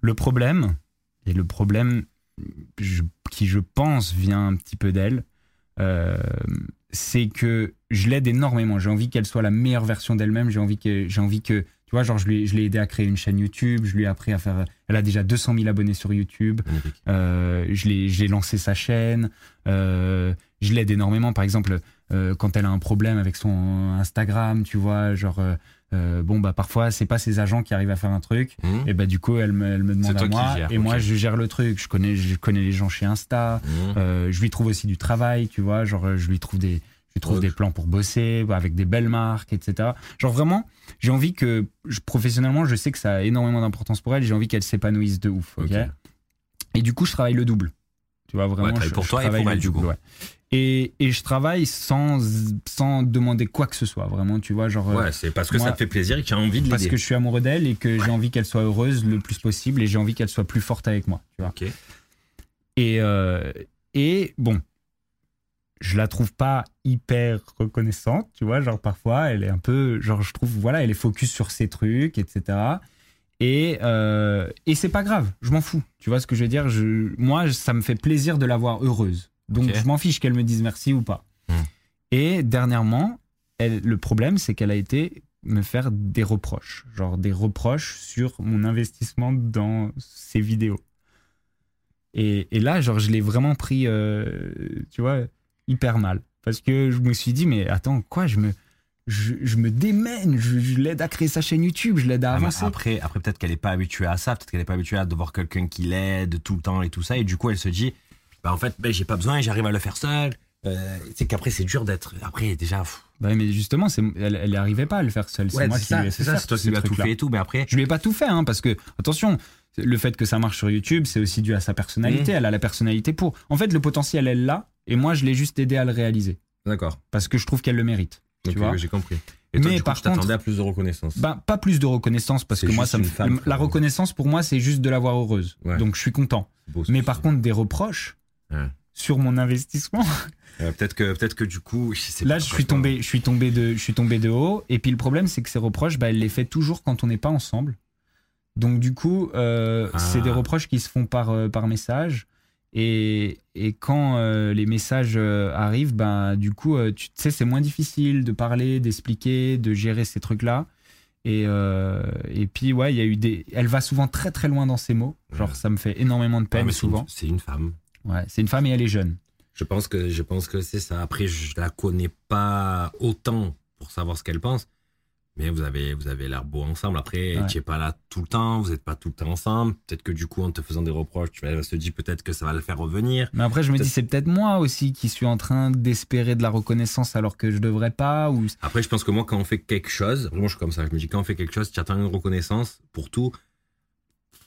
[SPEAKER 1] Le problème, et le problème je- qui je pense vient un petit peu d'elle, euh, c'est que je l'aide énormément. J'ai envie qu'elle soit la meilleure version d'elle-même. J'ai envie que, j'ai envie que, tu Tu vois, genre, je lui- je l'ai aidé à créer une chaîne YouTube, je lui ai appris à faire. Elle a déjà 200 000 abonnés sur YouTube.
[SPEAKER 2] Magnifique.
[SPEAKER 1] Euh, je l'ai- j'ai lancé sa chaîne. Euh, je l'aide énormément, par exemple, euh, quand elle a un problème avec son Instagram, tu vois, genre, euh, euh, bon, bah, parfois, c'est pas ses agents qui arrivent à faire un truc.
[SPEAKER 2] Mmh.
[SPEAKER 1] Et bah, du coup, elle me, elle me
[SPEAKER 2] C'est
[SPEAKER 1] demande
[SPEAKER 2] toi
[SPEAKER 1] à
[SPEAKER 2] qui
[SPEAKER 1] moi.
[SPEAKER 2] gères,
[SPEAKER 1] et
[SPEAKER 2] ok.
[SPEAKER 1] moi, je gère le truc. Je connais, je connais les gens chez Insta.
[SPEAKER 2] Mmh.
[SPEAKER 1] Euh, je lui trouve aussi du travail, tu vois. Genre, euh, je lui trouve des, je lui trouve
[SPEAKER 2] Ouais.
[SPEAKER 1] des plans pour bosser bah, avec des belles marques, etc. Genre, vraiment, j'ai envie que, je- professionnellement, je sais que ça a énormément d'importance pour elle. J'ai envie qu'elle s'épanouisse de ouf. ok
[SPEAKER 2] Ok.
[SPEAKER 1] et du coup, je travaille le double. Tu vois, vraiment.
[SPEAKER 2] Ouais, travaille
[SPEAKER 1] je-
[SPEAKER 2] pour
[SPEAKER 1] je
[SPEAKER 2] toi et
[SPEAKER 1] travaille
[SPEAKER 2] pour
[SPEAKER 1] le
[SPEAKER 2] elle, du
[SPEAKER 1] double,
[SPEAKER 2] coup.
[SPEAKER 1] ouais. Et, et je travaille sans, sans demander quoi que ce soit, vraiment, tu vois, genre. euh,
[SPEAKER 2] Ouais, c'est parce que
[SPEAKER 1] moi-
[SPEAKER 2] ça te fait plaisir et que tu as envie de
[SPEAKER 1] Parce
[SPEAKER 2] l'aider.
[SPEAKER 1] que je suis amoureux d'elle et que j'ai envie qu'elle soit heureuse le plus possible et j'ai envie qu'elle soit plus forte avec moi, tu vois.
[SPEAKER 2] Ok.
[SPEAKER 1] Et, euh, et bon, je la trouve pas hyper reconnaissante, tu vois. Genre, parfois, elle est un peu. Genre, je trouve, voilà, elle est focus sur ses trucs, etc. Et, euh, et c'est pas grave, je m'en fous. Tu vois ce que je veux dire je, Moi, ça me fait plaisir de la voir heureuse. Donc,
[SPEAKER 2] Ok.
[SPEAKER 1] je m'en fiche qu'elle me dise merci ou pas.
[SPEAKER 2] Hmm.
[SPEAKER 1] Et dernièrement, elle, le problème, c'est qu'elle a été me faire des reproches. Genre, des reproches sur mon investissement dans ses vidéos. Et, et là, genre, je l'ai vraiment pris, euh, tu vois, hyper mal. Parce que je me suis dit, mais attends, quoi, je me, je, je me démène, je, je l'aide à créer sa chaîne YouTube, je l'aide à
[SPEAKER 2] Ah, mais
[SPEAKER 1] avancer.
[SPEAKER 2] après, après peut-être qu'elle n'est pas habituée à ça, peut-être qu'elle n'est pas habituée à devoir quelqu'un qui l'aide tout le temps et tout ça, et du coup elle se dit, bah en fait, ben, j'ai pas besoin, j'arrive à le faire seul. Euh, c'est qu'après c'est dur d'être. Après déjà, pff,
[SPEAKER 1] Bah oui, mais justement, c'est, elle, elle arrivait pas à le faire seule. C'est
[SPEAKER 2] ouais,
[SPEAKER 1] moi
[SPEAKER 2] c'est
[SPEAKER 1] qui lui ai
[SPEAKER 2] ça,
[SPEAKER 1] fait
[SPEAKER 2] c'est ça,
[SPEAKER 1] faire
[SPEAKER 2] c'est toi
[SPEAKER 1] ce
[SPEAKER 2] qui lui as tout
[SPEAKER 1] truc-là.
[SPEAKER 2] fait et tout, mais après,
[SPEAKER 1] Je lui ai pas tout fait, hein, parce que, attention, le fait que ça marche sur YouTube, c'est aussi dû à sa personnalité.
[SPEAKER 2] Mmh.
[SPEAKER 1] Elle a la personnalité pour. En fait, le potentiel, elle l'a, et moi, je l'ai juste aidé à le réaliser.
[SPEAKER 2] d'accord.
[SPEAKER 1] Parce que je trouve qu'elle le mérite. Tu
[SPEAKER 2] Ok,
[SPEAKER 1] vois
[SPEAKER 2] ouais, j'ai compris. Et toi,
[SPEAKER 1] Mais
[SPEAKER 2] du coup,
[SPEAKER 1] par
[SPEAKER 2] tu t'attendais
[SPEAKER 1] contre-
[SPEAKER 2] à plus de reconnaissance.
[SPEAKER 1] Ben, pas plus de reconnaissance parce
[SPEAKER 2] C'est
[SPEAKER 1] que moi,
[SPEAKER 2] juste
[SPEAKER 1] ça me
[SPEAKER 2] une
[SPEAKER 1] fait-
[SPEAKER 2] femme,
[SPEAKER 1] la
[SPEAKER 2] quoi.
[SPEAKER 1] reconnaissance pour moi, c'est juste de la voir heureuse.
[SPEAKER 2] Ouais.
[SPEAKER 1] Donc je suis content.
[SPEAKER 2] C'est beau, ce
[SPEAKER 1] Mais
[SPEAKER 2] que
[SPEAKER 1] par
[SPEAKER 2] tu
[SPEAKER 1] contre, des reproches
[SPEAKER 2] Ouais.
[SPEAKER 1] sur mon investissement.
[SPEAKER 2] dis. Euh, peut-être que, peut-être que du coup, je sais
[SPEAKER 1] Là,
[SPEAKER 2] pas,
[SPEAKER 1] je suis
[SPEAKER 2] franchement.
[SPEAKER 1] tombé, je suis tombé de, je suis tombé de haut. Et puis le problème, c'est que ces reproches, bah, elle les fait toujours quand on n'est pas ensemble. Donc du coup, euh,
[SPEAKER 2] Ah.
[SPEAKER 1] c'est des reproches qui se font par euh, par message. Et, et quand euh, les messages euh, arrivent, bah, du coup, euh, tu tu sais, c'est moins difficile de parler, d'expliquer, de gérer ces trucs-là. Et, euh, et puis, ouais, il y a eu des. Elle va souvent très très loin dans ses mots. Genre,
[SPEAKER 2] Ouais.
[SPEAKER 1] ça me fait énormément de
[SPEAKER 2] Ouais,
[SPEAKER 1] peine
[SPEAKER 2] mais c'est une-
[SPEAKER 1] souvent.
[SPEAKER 2] C'est une femme.
[SPEAKER 1] Ouais, c'est une femme et elle est jeune.
[SPEAKER 2] Je pense que je pense que c'est ça. Après, je la connais pas autant pour savoir ce qu'elle pense, mais vous avez vous avez l'air beau ensemble. Après,
[SPEAKER 1] Ouais.
[SPEAKER 2] tu es pas là tout le temps, vous n'êtes pas tout le temps ensemble. Peut-être que du coup, en te faisant des reproches, tu vas se dire peut-être que ça va le faire revenir.
[SPEAKER 1] Mais après, je me dis,
[SPEAKER 2] Peut-être-
[SPEAKER 1] c'est peut-être moi aussi qui suis en train d'espérer de la reconnaissance alors que je devrais pas. Ou...
[SPEAKER 2] Après, je pense que moi, quand on fait quelque chose, vraiment, je suis comme ça. Je me dis quand on fait quelque chose, tu attends une reconnaissance pour tout.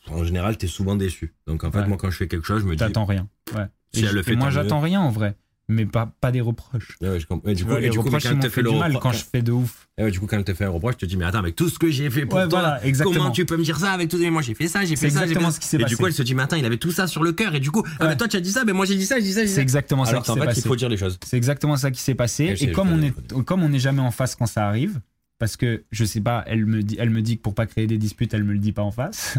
[SPEAKER 2] En général, tu es souvent déçu. Donc en fait,
[SPEAKER 1] Ouais.
[SPEAKER 2] moi, quand je fais quelque chose, je me dis.
[SPEAKER 1] T'attends rien. Ouais.
[SPEAKER 2] Si
[SPEAKER 1] et,
[SPEAKER 2] elle
[SPEAKER 1] je-
[SPEAKER 2] le
[SPEAKER 1] et
[SPEAKER 2] fait,
[SPEAKER 1] moi,
[SPEAKER 2] tant mieux.
[SPEAKER 1] j'attends rien en vrai. Mais pas, pas des reproches.
[SPEAKER 2] Ouais, ouais, je comprends. Et du
[SPEAKER 1] Tu
[SPEAKER 2] coup,
[SPEAKER 1] vois,
[SPEAKER 2] et
[SPEAKER 1] les
[SPEAKER 2] du coup, mais
[SPEAKER 1] reproches,
[SPEAKER 2] quand
[SPEAKER 1] ils
[SPEAKER 2] elle
[SPEAKER 1] m'ont
[SPEAKER 2] te
[SPEAKER 1] fait
[SPEAKER 2] fait le
[SPEAKER 1] du mal
[SPEAKER 2] reproche-
[SPEAKER 1] quand je fais de ouf.
[SPEAKER 2] Et ouais, du coup, quand elle te fait un reproche, tu te dis, mais attends, avec tout ce que j'ai fait pour
[SPEAKER 1] Ouais,
[SPEAKER 2] toi,
[SPEAKER 1] voilà, exactement.
[SPEAKER 2] comment tu peux me dire ça Avec tout, et moi j'ai fait ça, j'ai
[SPEAKER 1] C'est
[SPEAKER 2] fait ça. j'ai
[SPEAKER 1] exactement
[SPEAKER 2] fait ça.
[SPEAKER 1] ce qui s'est
[SPEAKER 2] Et
[SPEAKER 1] passé.
[SPEAKER 2] du coup, elle se dit, mais attends, il avait tout ça sur le cœur. Et du coup, ah,
[SPEAKER 1] Ouais.
[SPEAKER 2] mais toi, tu as dit ça, mais moi j'ai dit ça, j'ai dit ça, j'ai dit
[SPEAKER 1] C'est
[SPEAKER 2] ça.
[SPEAKER 1] exactement ça
[SPEAKER 2] Alors
[SPEAKER 1] qui
[SPEAKER 2] qu'en
[SPEAKER 1] s'est
[SPEAKER 2] fait,
[SPEAKER 1] passé.
[SPEAKER 2] il faut dire les choses.
[SPEAKER 1] C'est exactement ça qui s'est passé.
[SPEAKER 2] Je sais,
[SPEAKER 1] et
[SPEAKER 2] je
[SPEAKER 1] comme on
[SPEAKER 2] connais,
[SPEAKER 1] est,
[SPEAKER 2] je connais.
[SPEAKER 1] comme on n'est jamais en face quand ça arrive, parce que je sais pas, elle me dit, elle me dit que pour pas créer des disputes, elle me le dit pas en face.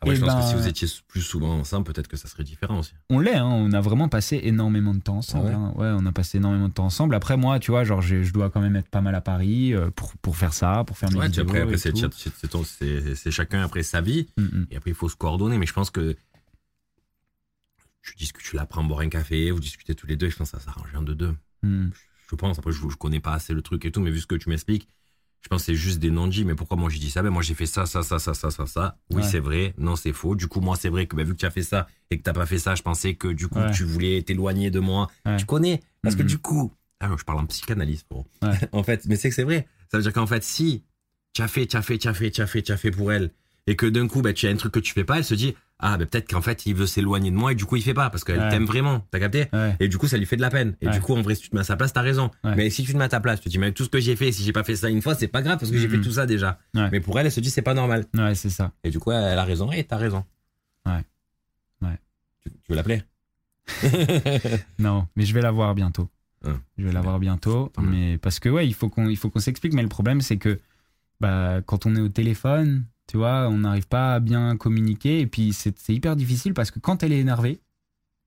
[SPEAKER 2] Après,
[SPEAKER 1] Eh
[SPEAKER 2] je pense
[SPEAKER 1] ben,
[SPEAKER 2] que si vous étiez plus souvent ensemble, peut-être que ça serait différent aussi.
[SPEAKER 1] On l'est, hein, on a vraiment passé énormément de temps ensemble.
[SPEAKER 2] Ah ouais
[SPEAKER 1] hein. ouais. on a passé énormément de temps ensemble. Après, moi, tu vois, genre, j'ai- je dois quand même être pas mal à Paris euh, pour, pour faire ça, pour faire mes
[SPEAKER 2] Ouais, tu-
[SPEAKER 1] vidéos.
[SPEAKER 2] après, après
[SPEAKER 1] et
[SPEAKER 2] c'est
[SPEAKER 1] tout.
[SPEAKER 2] c'est- c'est ton- c'est- c'est chacun après sa vie.
[SPEAKER 1] Mm, mm.
[SPEAKER 2] Et après, il faut se coordonner. Mais je pense que tu discutes, tu la prends boire un café, vous discutez tous les deux. Je pense que ça s'arrange un de deux.
[SPEAKER 1] Hmm.
[SPEAKER 2] je pense. Après, je, je connais pas assez le truc et tout, mais vu ce que tu m'expliques, je pense que c'est juste des non-dits. Mais pourquoi moi j'ai dit ça Ben moi j'ai fait ça, ça, ça, ça, ça, ça, ça.
[SPEAKER 1] Ouais.
[SPEAKER 2] Oui, c'est vrai. Non, c'est faux. Du coup, moi c'est vrai que ben, vu que tu as fait ça et que t'as pas fait ça, je pensais que du coup
[SPEAKER 1] Ouais.
[SPEAKER 2] tu voulais t'éloigner de moi.
[SPEAKER 1] Ouais.
[SPEAKER 2] Tu connais Parce que
[SPEAKER 1] Mhm.
[SPEAKER 2] du coup, ah, je parle en psychanalyse, gros.
[SPEAKER 1] Ouais.
[SPEAKER 2] *laughs* en fait, mais c'est que c'est vrai. Ça veut dire qu'en fait, si tu as fait, tu as fait, tu as fait, tu as fait, tu as fait pour elle, et que d'un coup, ben, tu as un truc que tu fais pas, elle se dit ah ben peut-être qu'en fait il veut s'éloigner de moi et du coup il fait pas parce qu'elle
[SPEAKER 1] Ouais.
[SPEAKER 2] t'aime vraiment. T'as capté
[SPEAKER 1] Ouais.
[SPEAKER 2] et du coup, ça lui fait de la peine. Et
[SPEAKER 1] Ouais.
[SPEAKER 2] du coup, en vrai, si tu te mets à sa place, t'as raison.
[SPEAKER 1] Ouais.
[SPEAKER 2] Mais si tu te mets à ta place, tu te dis, mais tout ce que j'ai fait, si j'ai pas fait ça une fois, c'est pas grave parce que j'ai
[SPEAKER 1] Mhm.
[SPEAKER 2] fait tout ça déjà.
[SPEAKER 1] Ouais.
[SPEAKER 2] Mais pour elle, elle se dit, c'est pas normal.
[SPEAKER 1] Ouais, c'est ça.
[SPEAKER 2] Et du coup, elle a raison et t'as raison.
[SPEAKER 1] Ouais. Ouais.
[SPEAKER 2] Tu, tu
[SPEAKER 1] *laughs*
[SPEAKER 2] veux l'appeler Eh
[SPEAKER 1] Non, mais je vais la voir bientôt.
[SPEAKER 2] Hein.
[SPEAKER 1] Je vais la voir bientôt,
[SPEAKER 2] Tant mieux.
[SPEAKER 1] mais parce que ouais, il faut qu'on, il faut qu'on s'explique. Mais le problème, c'est que bah, quand on est au téléphone, tu vois, on n'arrive pas à bien communiquer. Et puis c'est c'est hyper difficile parce que quand elle est énervée,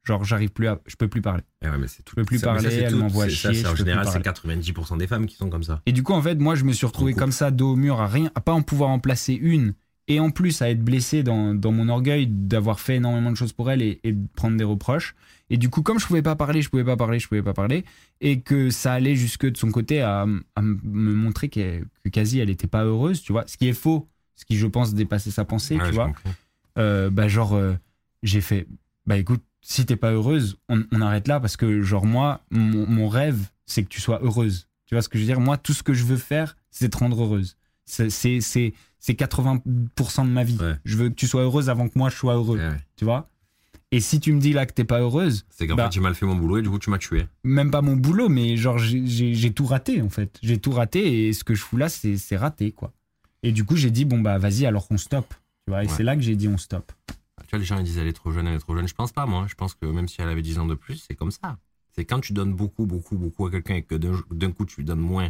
[SPEAKER 1] Genre, j'arrive plus à. Je peux plus parler.
[SPEAKER 2] Eh ouais, mais c'est tout.
[SPEAKER 1] peux plus
[SPEAKER 2] ça- mais ça,
[SPEAKER 1] parler,
[SPEAKER 2] c'est
[SPEAKER 1] elle
[SPEAKER 2] tout.
[SPEAKER 1] m'envoie
[SPEAKER 2] C'est- ça,
[SPEAKER 1] chier,
[SPEAKER 2] c'est-
[SPEAKER 1] je
[SPEAKER 2] en
[SPEAKER 1] peux plus
[SPEAKER 2] général, c'est
[SPEAKER 1] parler.
[SPEAKER 2] 90% des femmes qui sont comme ça.
[SPEAKER 1] Et du coup, en fait, moi, je me suis retrouvé
[SPEAKER 2] Trop cool.
[SPEAKER 1] comme ça, dos au mur, à rien, à pas en pouvoir en placer une, et en plus à être blessé dans, dans mon orgueil d'avoir fait énormément de choses pour elle et, et de prendre des reproches. Et du coup, comme je pouvais pas parler, je pouvais pas parler, je pouvais pas parler, et que ça allait jusque de son côté à, à m- me montrer qu'elle- que quasi elle était pas heureuse, tu vois, ce qui est faux, ce qui, je pense, dépassait sa pensée,
[SPEAKER 2] Ouais,
[SPEAKER 1] tu
[SPEAKER 2] je
[SPEAKER 1] vois.
[SPEAKER 2] comprends.
[SPEAKER 1] Euh, bah genre euh, j'ai fait bah écoute si t'es pas heureuse on, on arrête là parce que genre moi mon, mon rêve c'est que tu sois heureuse tu vois ce que je veux dire moi tout ce que je veux faire c'est te rendre heureuse c'est c'est c'est c'est 80% de ma vie
[SPEAKER 2] Ouais.
[SPEAKER 1] je veux que tu sois heureuse avant que moi je sois heureux
[SPEAKER 2] Ouais, Eh ouais.
[SPEAKER 1] tu vois et si tu me dis là que t'es pas heureuse
[SPEAKER 2] C'est qu'en
[SPEAKER 1] Bah.
[SPEAKER 2] fait, j'ai mal fait mon boulot et du coup, tu m'as tué.
[SPEAKER 1] même pas mon boulot mais genre j'ai- j'ai j'ai tout raté en fait j'ai tout raté et ce que je fous là c'est c'est raté quoi et du coup j'ai dit bon bah vas-y alors qu'on stoppe tu vois et
[SPEAKER 2] Ouais.
[SPEAKER 1] c'est là que j'ai dit on stoppe
[SPEAKER 2] Tu vois, les gens, ils disent elle est trop jeune, elle est trop jeune. Je pense pas, moi. Je pense que même si elle avait 10 ans de plus, c'est comme ça. C'est quand tu donnes beaucoup, beaucoup, beaucoup à quelqu'un et que d'un d'un coup, tu lui donnes moins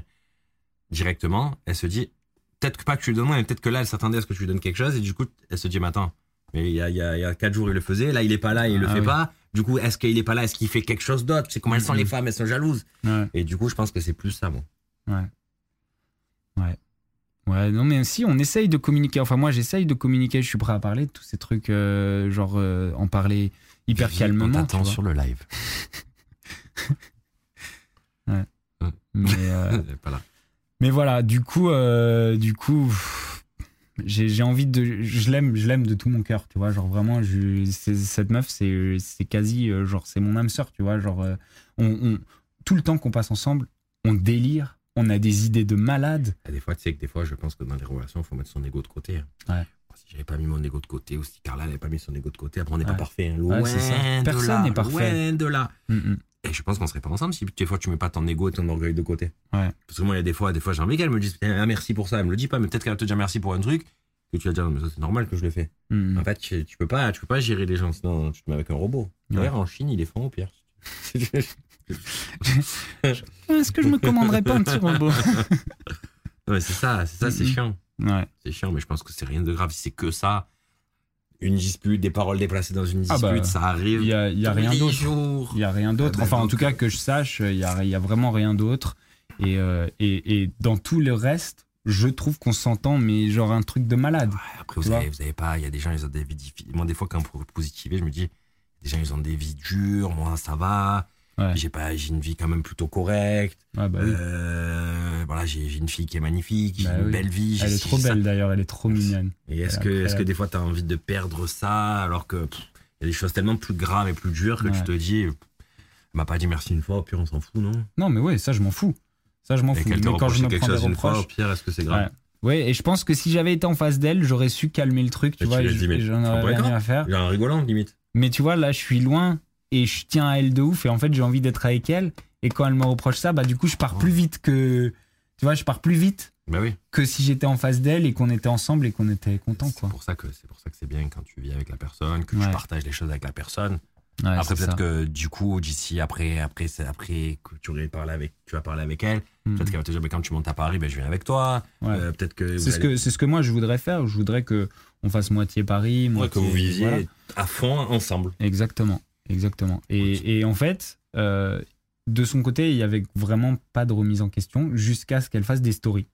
[SPEAKER 2] directement, elle se dit peut-être que pas que tu lui donnes moins, mais peut-être que là, elle s'attendait à ce que tu lui donnes quelque chose et du coup, elle se dit mais attends, mais il y a, il y, a, il y a 4 jours, il le faisait, là, il est pas là, il le
[SPEAKER 1] Ah
[SPEAKER 2] fait
[SPEAKER 1] oui.
[SPEAKER 2] pas. Du coup, est-ce qu'il est pas là, est-ce qu'il fait quelque chose d'autre Tu sais comment elles
[SPEAKER 1] Mm-hmm.
[SPEAKER 2] sont les femmes, elles sont jalouses.
[SPEAKER 1] ouais.
[SPEAKER 2] Et du coup, je pense que c'est plus ça, moi.
[SPEAKER 1] Ouais. Ouais. Ouais, non, mais si, on essaye de communiquer. Enfin, moi, j'essaye de communiquer. Je suis prêt à parler de tous ces trucs, euh, genre, euh, en parler hyper
[SPEAKER 2] Vivi, On
[SPEAKER 1] calmement. tu
[SPEAKER 2] t'attend
[SPEAKER 1] vois.
[SPEAKER 2] sur le live.
[SPEAKER 1] Mais, *laughs*
[SPEAKER 2] *laughs*
[SPEAKER 1] euh,
[SPEAKER 2] Elle est pas là.
[SPEAKER 1] mais voilà, du coup, euh, du coup, pff, j'ai j'ai envie de. Je l'aime, je l'aime de tout mon cœur, tu vois. Genre, vraiment, je, c'est- cette meuf, c'est c'est quasi, euh, genre, c'est mon âme sœur, tu vois. Genre, euh, on, on- tout le temps qu'on passe ensemble, on délire, on a des idées de malade.
[SPEAKER 2] Ah, Des fois, tu sais que des fois, je pense que dans les relations, il faut mettre son ego de côté. hein.
[SPEAKER 1] Ouais.
[SPEAKER 2] Si j'avais pas mis mon ego de côté, ou si Carla n'avait pas mis son ego de côté, après on n'est
[SPEAKER 1] Ouais.
[SPEAKER 2] pas parfait. hein.
[SPEAKER 1] Ouais,
[SPEAKER 2] Loin
[SPEAKER 1] c'est ça.
[SPEAKER 2] de
[SPEAKER 1] Personne
[SPEAKER 2] là,
[SPEAKER 1] n'est parfait.
[SPEAKER 2] Loin de là.
[SPEAKER 1] Mm, mm.
[SPEAKER 2] Et je pense qu'on serait pas ensemble si des fois tu mets pas ton ego et ton orgueil de côté.
[SPEAKER 1] Ouais.
[SPEAKER 2] Parce que moi, il y a des fois, des fois j'ai envie qu'elle me dise ah, merci pour ça. Elle me le dit pas, mais peut-être qu'elle va te dire merci pour un truc. Que tu vas dire, Non, mais ça c'est normal que je le fais.
[SPEAKER 1] Mm, mm.
[SPEAKER 2] En fait, tu, tu peux pas, tu peux pas gérer les gens, sinon tu te mets avec un robot. D'ailleurs, en Chine, ils les font au pire. *laughs*
[SPEAKER 1] Est-ce que je me commanderais pas un *laughs* petit robot
[SPEAKER 2] Non, mais c'est ça, c'est ça, c'est
[SPEAKER 1] Mm, mm.
[SPEAKER 2] chiant.
[SPEAKER 1] Ouais.
[SPEAKER 2] C'est chiant, mais je pense que c'est rien de grave. Si c'est que ça, une dispute, des paroles déplacées dans une
[SPEAKER 1] Ah
[SPEAKER 2] dispute,
[SPEAKER 1] bah,
[SPEAKER 2] ça
[SPEAKER 1] Il
[SPEAKER 2] arrive.
[SPEAKER 1] y a, il y a
[SPEAKER 2] tous
[SPEAKER 1] rien
[SPEAKER 2] les
[SPEAKER 1] d'autre.
[SPEAKER 2] jours.
[SPEAKER 1] Il y a rien d'autre.
[SPEAKER 2] Ah bah,
[SPEAKER 1] Enfin, en
[SPEAKER 2] donc,
[SPEAKER 1] tout cas
[SPEAKER 2] euh,
[SPEAKER 1] que je sache, il y a, il y a vraiment rien d'autre. Et, euh, et, et dans tout le reste, je trouve qu'on s'entend, mais genre un truc de malade.
[SPEAKER 2] Après, vous
[SPEAKER 1] Tu vois.
[SPEAKER 2] savez, vous avez pas, il y a des gens, ils ont des vies difficiles. Moi, des fois, quand vous positivez, je me dis, des gens, ils ont des vies dures. Moi, ça va.
[SPEAKER 1] Ouais.
[SPEAKER 2] J'ai pas, j'ai une vie quand même plutôt correcte.
[SPEAKER 1] Ah bah oui.
[SPEAKER 2] Euh, voilà, j'ai j'ai une fille qui est magnifique, j'ai
[SPEAKER 1] Bah
[SPEAKER 2] une
[SPEAKER 1] oui.
[SPEAKER 2] belle vie. j'ai
[SPEAKER 1] Elle est
[SPEAKER 2] ci,
[SPEAKER 1] trop
[SPEAKER 2] j'ai ça.
[SPEAKER 1] belle d'ailleurs, elle est trop
[SPEAKER 2] Merci.
[SPEAKER 1] mignonne.
[SPEAKER 2] Et est-ce
[SPEAKER 1] Elle est
[SPEAKER 2] que, est-ce que
[SPEAKER 1] incroyable.
[SPEAKER 2] des fois, t'as envie de perdre ça alors que pff, il y a des choses tellement plus graves et plus dures que tu
[SPEAKER 1] Ouais.
[SPEAKER 2] te dis, pff, elle m'a pas dit merci une fois, au pire, on s'en fout, non
[SPEAKER 1] Non, mais ouais, ça je m'en fous. Ça je m'en
[SPEAKER 2] Et
[SPEAKER 1] fous.
[SPEAKER 2] qu'elle
[SPEAKER 1] Mais
[SPEAKER 2] te
[SPEAKER 1] quand je
[SPEAKER 2] reproche
[SPEAKER 1] me
[SPEAKER 2] quelque
[SPEAKER 1] prends des
[SPEAKER 2] chose une fois, au
[SPEAKER 1] reproches,
[SPEAKER 2] pire, est-ce que c'est grave
[SPEAKER 1] ouais. Et je pense que si j'avais été en face d'elle, j'aurais su calmer le truc, tu
[SPEAKER 2] Et tu
[SPEAKER 1] vois.
[SPEAKER 2] lui
[SPEAKER 1] et
[SPEAKER 2] as dit,
[SPEAKER 1] je-
[SPEAKER 2] mais
[SPEAKER 1] et J'en
[SPEAKER 2] t'es en
[SPEAKER 1] aurais
[SPEAKER 2] break-up
[SPEAKER 1] rien à faire.
[SPEAKER 2] Genre en rigolant, limite.
[SPEAKER 1] Mais tu vois, là, je suis loin et je tiens à elle de ouf. Et en fait, j'ai envie d'être avec elle. Et quand elle me reproche ça, bah, du coup, je pars plus vite que. Tu vois, je pars plus vite
[SPEAKER 2] Bah oui.
[SPEAKER 1] que si j'étais en face d'elle et qu'on était ensemble et qu'on était contents,
[SPEAKER 2] C'est
[SPEAKER 1] quoi.
[SPEAKER 2] pour ça que c'est pour ça que c'est bien quand tu vis avec la personne, que
[SPEAKER 1] Ouais.
[SPEAKER 2] tu partages les choses avec la personne. après peut-être que du coup d'ici après après c'est- après que tu aurais parlé avec tu vas parler avec elle,
[SPEAKER 1] Mm.
[SPEAKER 2] peut-être qu'elle va te dire bah, quand tu montes à Paris, ben je viens avec toi.
[SPEAKER 1] Ouais.
[SPEAKER 2] Euh, peut-être que vous
[SPEAKER 1] C'est ce
[SPEAKER 2] allez-
[SPEAKER 1] que, c'est ce que moi, je voudrais faire. Je voudrais que on fasse moitié Paris,
[SPEAKER 2] Ouais, que
[SPEAKER 1] moitié.
[SPEAKER 2] vous viviez
[SPEAKER 1] voilà.
[SPEAKER 2] à fond ensemble.
[SPEAKER 1] Exactement, exactement. Et,
[SPEAKER 2] Ok.
[SPEAKER 1] et en fait, euh, de son côté, il y avait vraiment pas de remise en question jusqu'à ce qu'elle fasse des stories.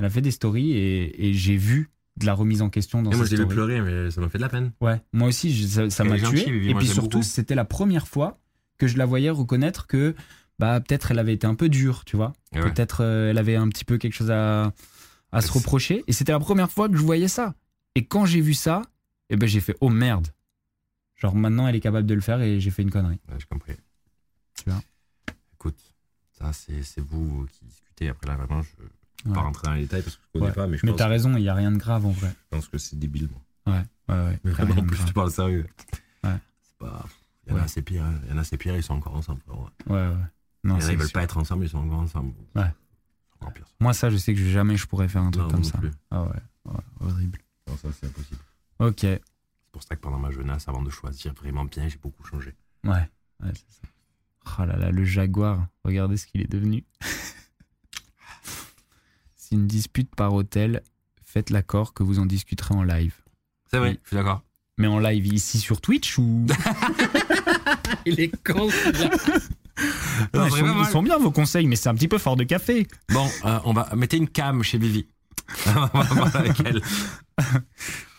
[SPEAKER 1] Elle a fait des stories et, et j'ai vu de la remise en question dans
[SPEAKER 2] Et
[SPEAKER 1] ses
[SPEAKER 2] moi je l'ai vu
[SPEAKER 1] stories.
[SPEAKER 2] pleurer mais ça m'a fait de la peine.
[SPEAKER 1] Ouais, moi aussi, je- ça, ça
[SPEAKER 2] Elle
[SPEAKER 1] m'a
[SPEAKER 2] est gentille,
[SPEAKER 1] tué.
[SPEAKER 2] Vivi,
[SPEAKER 1] et
[SPEAKER 2] moi,
[SPEAKER 1] puis
[SPEAKER 2] je l'aime
[SPEAKER 1] surtout,
[SPEAKER 2] beaucoup.
[SPEAKER 1] c'était la première fois que je la voyais reconnaître que bah, peut-être elle avait été un peu dure, tu vois.
[SPEAKER 2] Et ouais.
[SPEAKER 1] Peut-être euh, elle avait un petit peu quelque chose à, à se
[SPEAKER 2] c'est-
[SPEAKER 1] reprocher. Et c'était la première fois que je voyais ça. Et quand j'ai vu ça, eh ben, j'ai fait oh merde. Genre maintenant elle est capable de le faire et j'ai fait une connerie.
[SPEAKER 2] Ouais, j'ai compris.
[SPEAKER 1] Tu vois.
[SPEAKER 2] Écoute, ça c'est c'est vous euh, qui discutez après là vraiment je je vais
[SPEAKER 1] Ouais.
[SPEAKER 2] pas rentrer dans les détails parce que je connais
[SPEAKER 1] Ouais.
[SPEAKER 2] pas mais je
[SPEAKER 1] Mais
[SPEAKER 2] pense,
[SPEAKER 1] t'as raison, il n'y a rien de grave en vrai.
[SPEAKER 2] je pense que c'est débile moi.
[SPEAKER 1] Ouais, ouais, ouais.
[SPEAKER 2] *laughs* Mais
[SPEAKER 1] y a
[SPEAKER 2] vraiment,
[SPEAKER 1] rien
[SPEAKER 2] en
[SPEAKER 1] de
[SPEAKER 2] plus,
[SPEAKER 1] grave.
[SPEAKER 2] tu parles sérieux.
[SPEAKER 1] Ouais.
[SPEAKER 2] C'est pas. Il y en a
[SPEAKER 1] Ouais.
[SPEAKER 2] assez pire. hein. Il y en a assez pire, ils sont encore ensemble. frérot.
[SPEAKER 1] Ouais, ouais.
[SPEAKER 2] Il
[SPEAKER 1] Non,
[SPEAKER 2] y en a,
[SPEAKER 1] c'est
[SPEAKER 2] ils veulent
[SPEAKER 1] sûr.
[SPEAKER 2] pas être ensemble, ils sont encore ensemble.
[SPEAKER 1] Ouais.
[SPEAKER 2] C'est Encore pire. ça.
[SPEAKER 1] Moi ça je sais que jamais je pourrais faire un truc
[SPEAKER 2] Non, moi
[SPEAKER 1] comme
[SPEAKER 2] non
[SPEAKER 1] ça.
[SPEAKER 2] plus.
[SPEAKER 1] Ah ouais, ouais, horrible.
[SPEAKER 2] Non, ça, c'est impossible.
[SPEAKER 1] Ok, ouais,
[SPEAKER 2] C'est pour ça que pendant ma jeunesse, avant de choisir vraiment bien, j'ai beaucoup changé.
[SPEAKER 1] ouais c'est ça. Oh là là, le jaguar, regardez ce qu'il est devenu. *laughs* c'est une dispute par hôtel, faites l'accord que vous en discuterez en live.
[SPEAKER 2] C'est vrai,
[SPEAKER 1] Oui.
[SPEAKER 2] je suis d'accord.
[SPEAKER 1] *laughs* Mais en live ici sur Twitch ou
[SPEAKER 2] Il est con. celui-là.
[SPEAKER 1] *laughs* Non,
[SPEAKER 2] Non,
[SPEAKER 1] ils,
[SPEAKER 2] vraiment,
[SPEAKER 1] sont, ils
[SPEAKER 2] mal.
[SPEAKER 1] sont bien vos conseils, mais c'est un petit peu fort de café.
[SPEAKER 2] Bon, euh, on va mettez une cam chez Vivi. *laughs* on va voir avec elle.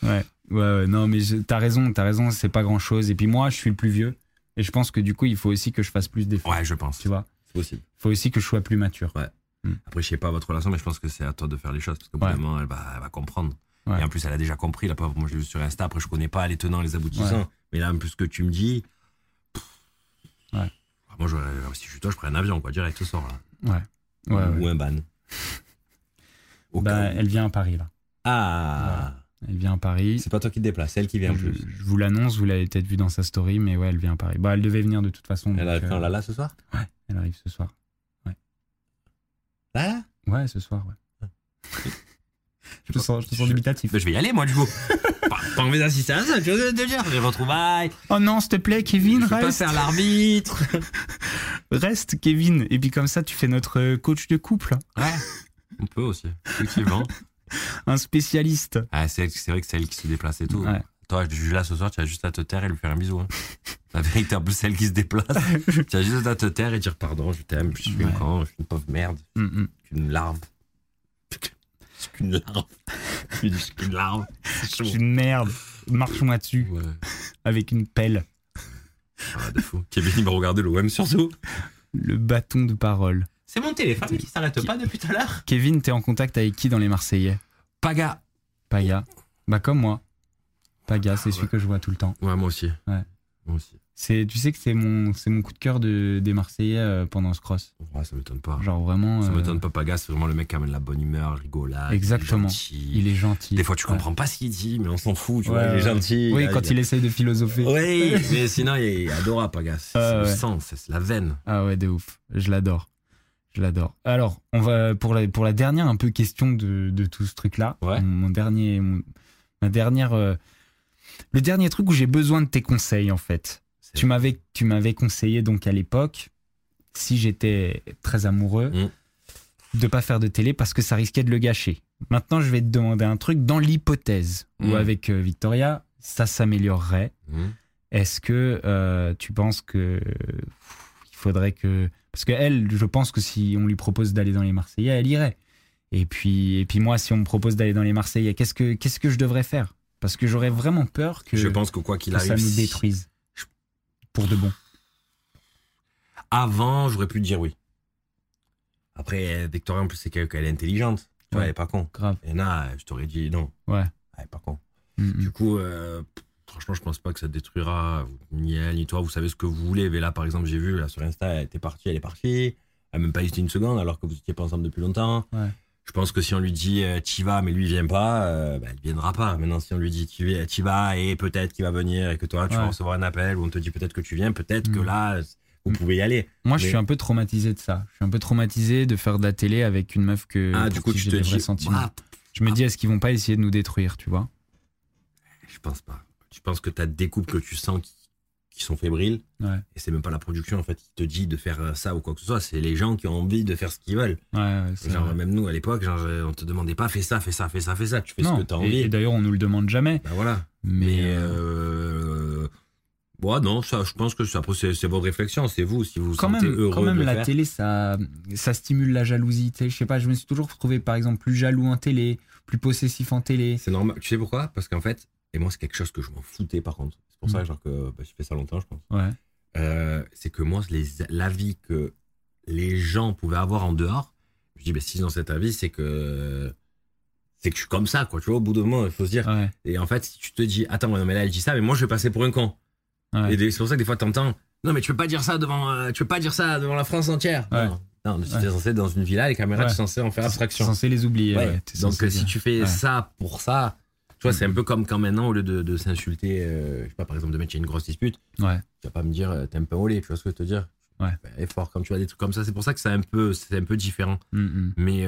[SPEAKER 1] Ouais, ouais, ouais, non, mais je- t'as raison, t'as raison, c'est pas grand chose. Et puis moi, je suis le plus vieux. Et je pense que du coup, il faut aussi que je fasse plus d'efforts.
[SPEAKER 2] Ouais, je pense.
[SPEAKER 1] Tu vois,
[SPEAKER 2] C'est possible.
[SPEAKER 1] faut aussi que je sois plus mature.
[SPEAKER 2] Après, je sais pas votre relation, mais je pense que c'est à toi de faire les choses. Parce qu'au bout
[SPEAKER 1] Ouais.
[SPEAKER 2] d'un moment, elle va, elle va comprendre.
[SPEAKER 1] Ouais.
[SPEAKER 2] Et en plus, elle a déjà compris. La pauvre, moi, je l'ai vu sur Insta. Après, je connais pas les tenants, les aboutissants.
[SPEAKER 1] Ouais.
[SPEAKER 2] Mais là, en plus, ce que tu me dis. pff,
[SPEAKER 1] Ouais.
[SPEAKER 2] ah, Moi, je- si je suis toi, je prends un avion, quoi, direct ce soir. Là.
[SPEAKER 1] Ouais, ouais.
[SPEAKER 2] Ou
[SPEAKER 1] *laughs*
[SPEAKER 2] un ban. Au
[SPEAKER 1] Bah,
[SPEAKER 2] cas où.
[SPEAKER 1] elle vient à Paris, là.
[SPEAKER 2] Ah
[SPEAKER 1] Elle vient à Paris.
[SPEAKER 2] C'est pas toi qui te déplaces, c'est elle qui vient en
[SPEAKER 1] Je,
[SPEAKER 2] plus.
[SPEAKER 1] je vous l'annonce, vous l'avez peut-être vu dans sa story, mais ouais, elle vient à Paris. Bah, elle devait venir de toute façon.
[SPEAKER 2] Elle
[SPEAKER 1] donc,
[SPEAKER 2] arrive
[SPEAKER 1] euh,
[SPEAKER 2] quand là, là, ce soir
[SPEAKER 1] ouais, elle arrive ce soir.
[SPEAKER 2] Là, là
[SPEAKER 1] Ouais, ce soir, ouais. *laughs* je te
[SPEAKER 2] pas-
[SPEAKER 1] sens, je te sens
[SPEAKER 2] je-
[SPEAKER 1] dubitatif.
[SPEAKER 2] Ben, Je vais y aller, moi,
[SPEAKER 1] *laughs*
[SPEAKER 2] du coup. pas, pas envie d'assister à ça, tu vois ce que je veux dire Les retrouvailles.
[SPEAKER 1] Oh non, s'il te plaît, Kevin,
[SPEAKER 2] je vais pas
[SPEAKER 1] reste. *laughs*
[SPEAKER 2] faire l'arbitre.
[SPEAKER 1] Reste, Kevin. Et puis comme ça, tu fais notre euh, coach de couple,
[SPEAKER 2] Ouais, on peut aussi, effectivement.
[SPEAKER 1] un spécialiste.
[SPEAKER 2] Ah, c'est elle- c'est vrai que c'est elle qui se déplace et tout.
[SPEAKER 1] Ouais.
[SPEAKER 2] Toi, je suis là ce soir, tu as juste à te taire et lui faire un bisou. hein. *laughs* La vérité, en plus, c'est elle qui se déplace. tu as juste à te taire et dire pardon, je t'aime, je suis
[SPEAKER 1] Ouais.
[SPEAKER 2] un con, je suis une pauvre merde,
[SPEAKER 1] Mm, mm.
[SPEAKER 2] je suis une larve. *laughs* Je suis qu'une larve. Je suis qu'une larve. C'est
[SPEAKER 1] Je
[SPEAKER 2] chaud.
[SPEAKER 1] suis une merde. Marche-moi dessus
[SPEAKER 2] Ouais,
[SPEAKER 1] avec une pelle.
[SPEAKER 2] ah, de fou. Kevin, il m'a regardé l'OM surtout.
[SPEAKER 1] Le bâton de parole.
[SPEAKER 2] C'est mon téléphone qui s'arrête pas depuis tout à l'heure.
[SPEAKER 1] Kevin, t'es en contact avec qui dans les Marseillais
[SPEAKER 2] Paga.
[SPEAKER 1] Paga. Bah comme moi. Paga, c'est celui que je vois tout le temps.
[SPEAKER 2] Ah Ouais, moi aussi.
[SPEAKER 1] Ouais.
[SPEAKER 2] Moi aussi.
[SPEAKER 1] C'est, tu sais que c'est mon, c'est mon coup de cœur de, des Marseillais euh, pendant ce cross.
[SPEAKER 2] Ouais, ça m'étonne pas.
[SPEAKER 1] Genre vraiment.
[SPEAKER 2] Ça
[SPEAKER 1] euh,
[SPEAKER 2] m'étonne pas, Paga, c'est vraiment le mec qui amène la bonne humeur, rigolade. il est
[SPEAKER 1] Exactement.
[SPEAKER 2] gentil.
[SPEAKER 1] Il est gentil.
[SPEAKER 2] Des fois, tu
[SPEAKER 1] Ouais.
[SPEAKER 2] comprends pas ce qu'il dit, mais on s'en fout, tu
[SPEAKER 1] Ouais,
[SPEAKER 2] vois, il est
[SPEAKER 1] ouais.
[SPEAKER 2] gentil.
[SPEAKER 1] Oui, quand il essaye de philosopher.
[SPEAKER 2] Oui, mais sinon, il est adorable, Pagas. C'est
[SPEAKER 1] Ah,
[SPEAKER 2] le
[SPEAKER 1] ouais.
[SPEAKER 2] sens, c'est la veine.
[SPEAKER 1] Ah ouais, de ouf. Je l'adore. Je l'adore. Alors, on va pour la, pour la dernière un peu question de, de tout ce truc-là.
[SPEAKER 2] Ouais.
[SPEAKER 1] Mon, mon dernier, mon- ma dernière, euh, le dernier truc où j'ai besoin de tes conseils en fait.
[SPEAKER 2] C'est-
[SPEAKER 1] Tu m'avais, tu m'avais conseillé donc à l'époque, si j'étais très amoureux,
[SPEAKER 2] Mm.
[SPEAKER 1] de pas faire de télé parce que ça risquait de le gâcher. Maintenant, je vais te demander un truc dans l'hypothèse
[SPEAKER 2] Mm.
[SPEAKER 1] où avec euh, Victoria, ça s'améliorerait.
[SPEAKER 2] Mmh.
[SPEAKER 1] Est-ce que euh, tu penses que pff, il faudrait que parce que elle, je pense que si on lui propose d'aller dans les Marseillais, elle irait. Et puis et puis moi, si on me propose d'aller dans les Marseillais, qu'est-ce que qu'est-ce que je devrais faire Parce que j'aurais vraiment peur que,
[SPEAKER 2] Je pense que quoi qu'il
[SPEAKER 1] que
[SPEAKER 2] arrive,
[SPEAKER 1] ça nous
[SPEAKER 2] si-
[SPEAKER 1] détruise pour de bon.
[SPEAKER 2] avant, j'aurais pu te dire oui. Après, euh, Victoria, en plus, c'est quelqu'un, elle est intelligente. Tu vois,
[SPEAKER 1] Ouais.
[SPEAKER 2] elle est pas con.
[SPEAKER 1] Grave.
[SPEAKER 2] Et là, je t'aurais dit non.
[SPEAKER 1] Ouais.
[SPEAKER 2] Elle est pas con.
[SPEAKER 1] Mm,
[SPEAKER 2] Du
[SPEAKER 1] mm.
[SPEAKER 2] coup, euh, franchement, je pense pas que ça te détruira euh, ni elle ni toi. Vous savez ce que vous voulez. Mais là, par exemple, j'ai vu là, sur Insta, elle était partie, elle est partie. Elle a même pas hésité une seconde alors que vous étiez pas ensemble depuis longtemps.
[SPEAKER 1] Ouais.
[SPEAKER 2] Je pense que si on lui dit euh, t'y vas, mais lui il vient pas, euh, bah, elle viendra pas. Maintenant, si on lui dit tu vas, t'y vas et peut-être qu'il va venir et que toi tu
[SPEAKER 1] Ouais.
[SPEAKER 2] vas recevoir un appel ou on te dit peut-être que tu viens, peut-être
[SPEAKER 1] Mm.
[SPEAKER 2] que là vous
[SPEAKER 1] Mm.
[SPEAKER 2] pouvez y aller.
[SPEAKER 1] Moi, je
[SPEAKER 2] Mais-
[SPEAKER 1] suis un peu traumatisé de ça. Je suis un peu traumatisé de faire de la télé avec une meuf que
[SPEAKER 2] ah,
[SPEAKER 1] pour
[SPEAKER 2] du coup,
[SPEAKER 1] qui
[SPEAKER 2] tu
[SPEAKER 1] j'ai
[SPEAKER 2] te
[SPEAKER 1] des vrais
[SPEAKER 2] dis,
[SPEAKER 1] sentiments.
[SPEAKER 2] Ah,
[SPEAKER 1] je me dis, est-ce qu'ils vont pas essayer de nous détruire, tu vois
[SPEAKER 2] Je pense pas. Je pense que tu as des couples que tu sens qui, qui sont fébriles.
[SPEAKER 1] Ouais.
[SPEAKER 2] Et c'est même pas la production en fait qui te dit de faire euh, ça ou quoi que ce soit. C'est les gens qui ont envie de faire ce qu'ils veulent.
[SPEAKER 1] Ouais, ouais, c'est
[SPEAKER 2] Genre,
[SPEAKER 1] vrai.
[SPEAKER 2] même nous à l'époque, genre, euh, on te demandait pas fais ça, fais ça, fais ça, fais ça. Tu fais
[SPEAKER 1] Non.
[SPEAKER 2] ce que t'as
[SPEAKER 1] Et-
[SPEAKER 2] envie.
[SPEAKER 1] Et, d'ailleurs, on nous le demande jamais.
[SPEAKER 2] Bah voilà.
[SPEAKER 1] Mais,
[SPEAKER 2] Mais.
[SPEAKER 1] euh,
[SPEAKER 2] euh, ouais, non, ça, je pense que ça, après, c'est, c'est votre réflexion. C'est vous. Si vous vous
[SPEAKER 1] quand
[SPEAKER 2] sentez
[SPEAKER 1] même,
[SPEAKER 2] heureux
[SPEAKER 1] quand même
[SPEAKER 2] de le
[SPEAKER 1] la
[SPEAKER 2] faire.
[SPEAKER 1] télé, ça, ça stimule la jalousie. tu sais. Je sais pas, je me suis toujours retrouvé, par exemple, plus jaloux en télé, plus possessif en télé.
[SPEAKER 2] C'est normal. Tu sais pourquoi Parce qu'en fait, et moi, c'est quelque chose que je m'en foutais par contre. C'est
[SPEAKER 1] Mm.
[SPEAKER 2] pour ça genre, que bah, j'ai fait ça longtemps, je pense.
[SPEAKER 1] Ouais.
[SPEAKER 2] Euh, c'est que moi, les, l'avis que les gens pouvaient avoir en dehors, je dis, ben, si dans cet avis, c'est que c'est que je suis comme ça, quoi. Tu vois, au bout d'un moment, il faut se dire.
[SPEAKER 1] Ouais.
[SPEAKER 2] Et en fait, si tu te dis, attends, ouais, non, mais là, elle dit ça, mais moi, je vais passer pour un con.
[SPEAKER 1] ouais.
[SPEAKER 2] Et des- c'est pour ça que des fois, t'entends, non, mais tu peux pas dire ça devant, euh, tu peux pas dire ça devant la France entière.
[SPEAKER 1] Ouais.
[SPEAKER 2] Non, non, si
[SPEAKER 1] Ouais.
[SPEAKER 2] t'es censé être dans une villa, les caméras,
[SPEAKER 1] Ouais.
[SPEAKER 2] tu es censé en faire
[SPEAKER 1] T'es
[SPEAKER 2] abstraction.
[SPEAKER 1] censé les oublier.
[SPEAKER 2] Ouais.
[SPEAKER 1] ouais, t'es
[SPEAKER 2] Donc
[SPEAKER 1] censé
[SPEAKER 2] euh, si
[SPEAKER 1] dire.
[SPEAKER 2] tu fais
[SPEAKER 1] Ouais.
[SPEAKER 2] ça pour ça, tu vois, c'est un
[SPEAKER 1] Mhm.
[SPEAKER 2] peu comme quand maintenant, au lieu de, de s'insulter, euh, je sais pas, par exemple, demain, tu as une grosse dispute,
[SPEAKER 1] Ouais.
[SPEAKER 2] tu vas pas me dire, euh, t'es un peu au lait, tu vois ce que je veux te dire
[SPEAKER 1] Ouais.
[SPEAKER 2] Bah, effort, comme tu as des trucs comme ça, c'est pour ça que c'est un peu, c'est un peu différent.
[SPEAKER 1] Mm, mm.
[SPEAKER 2] Mais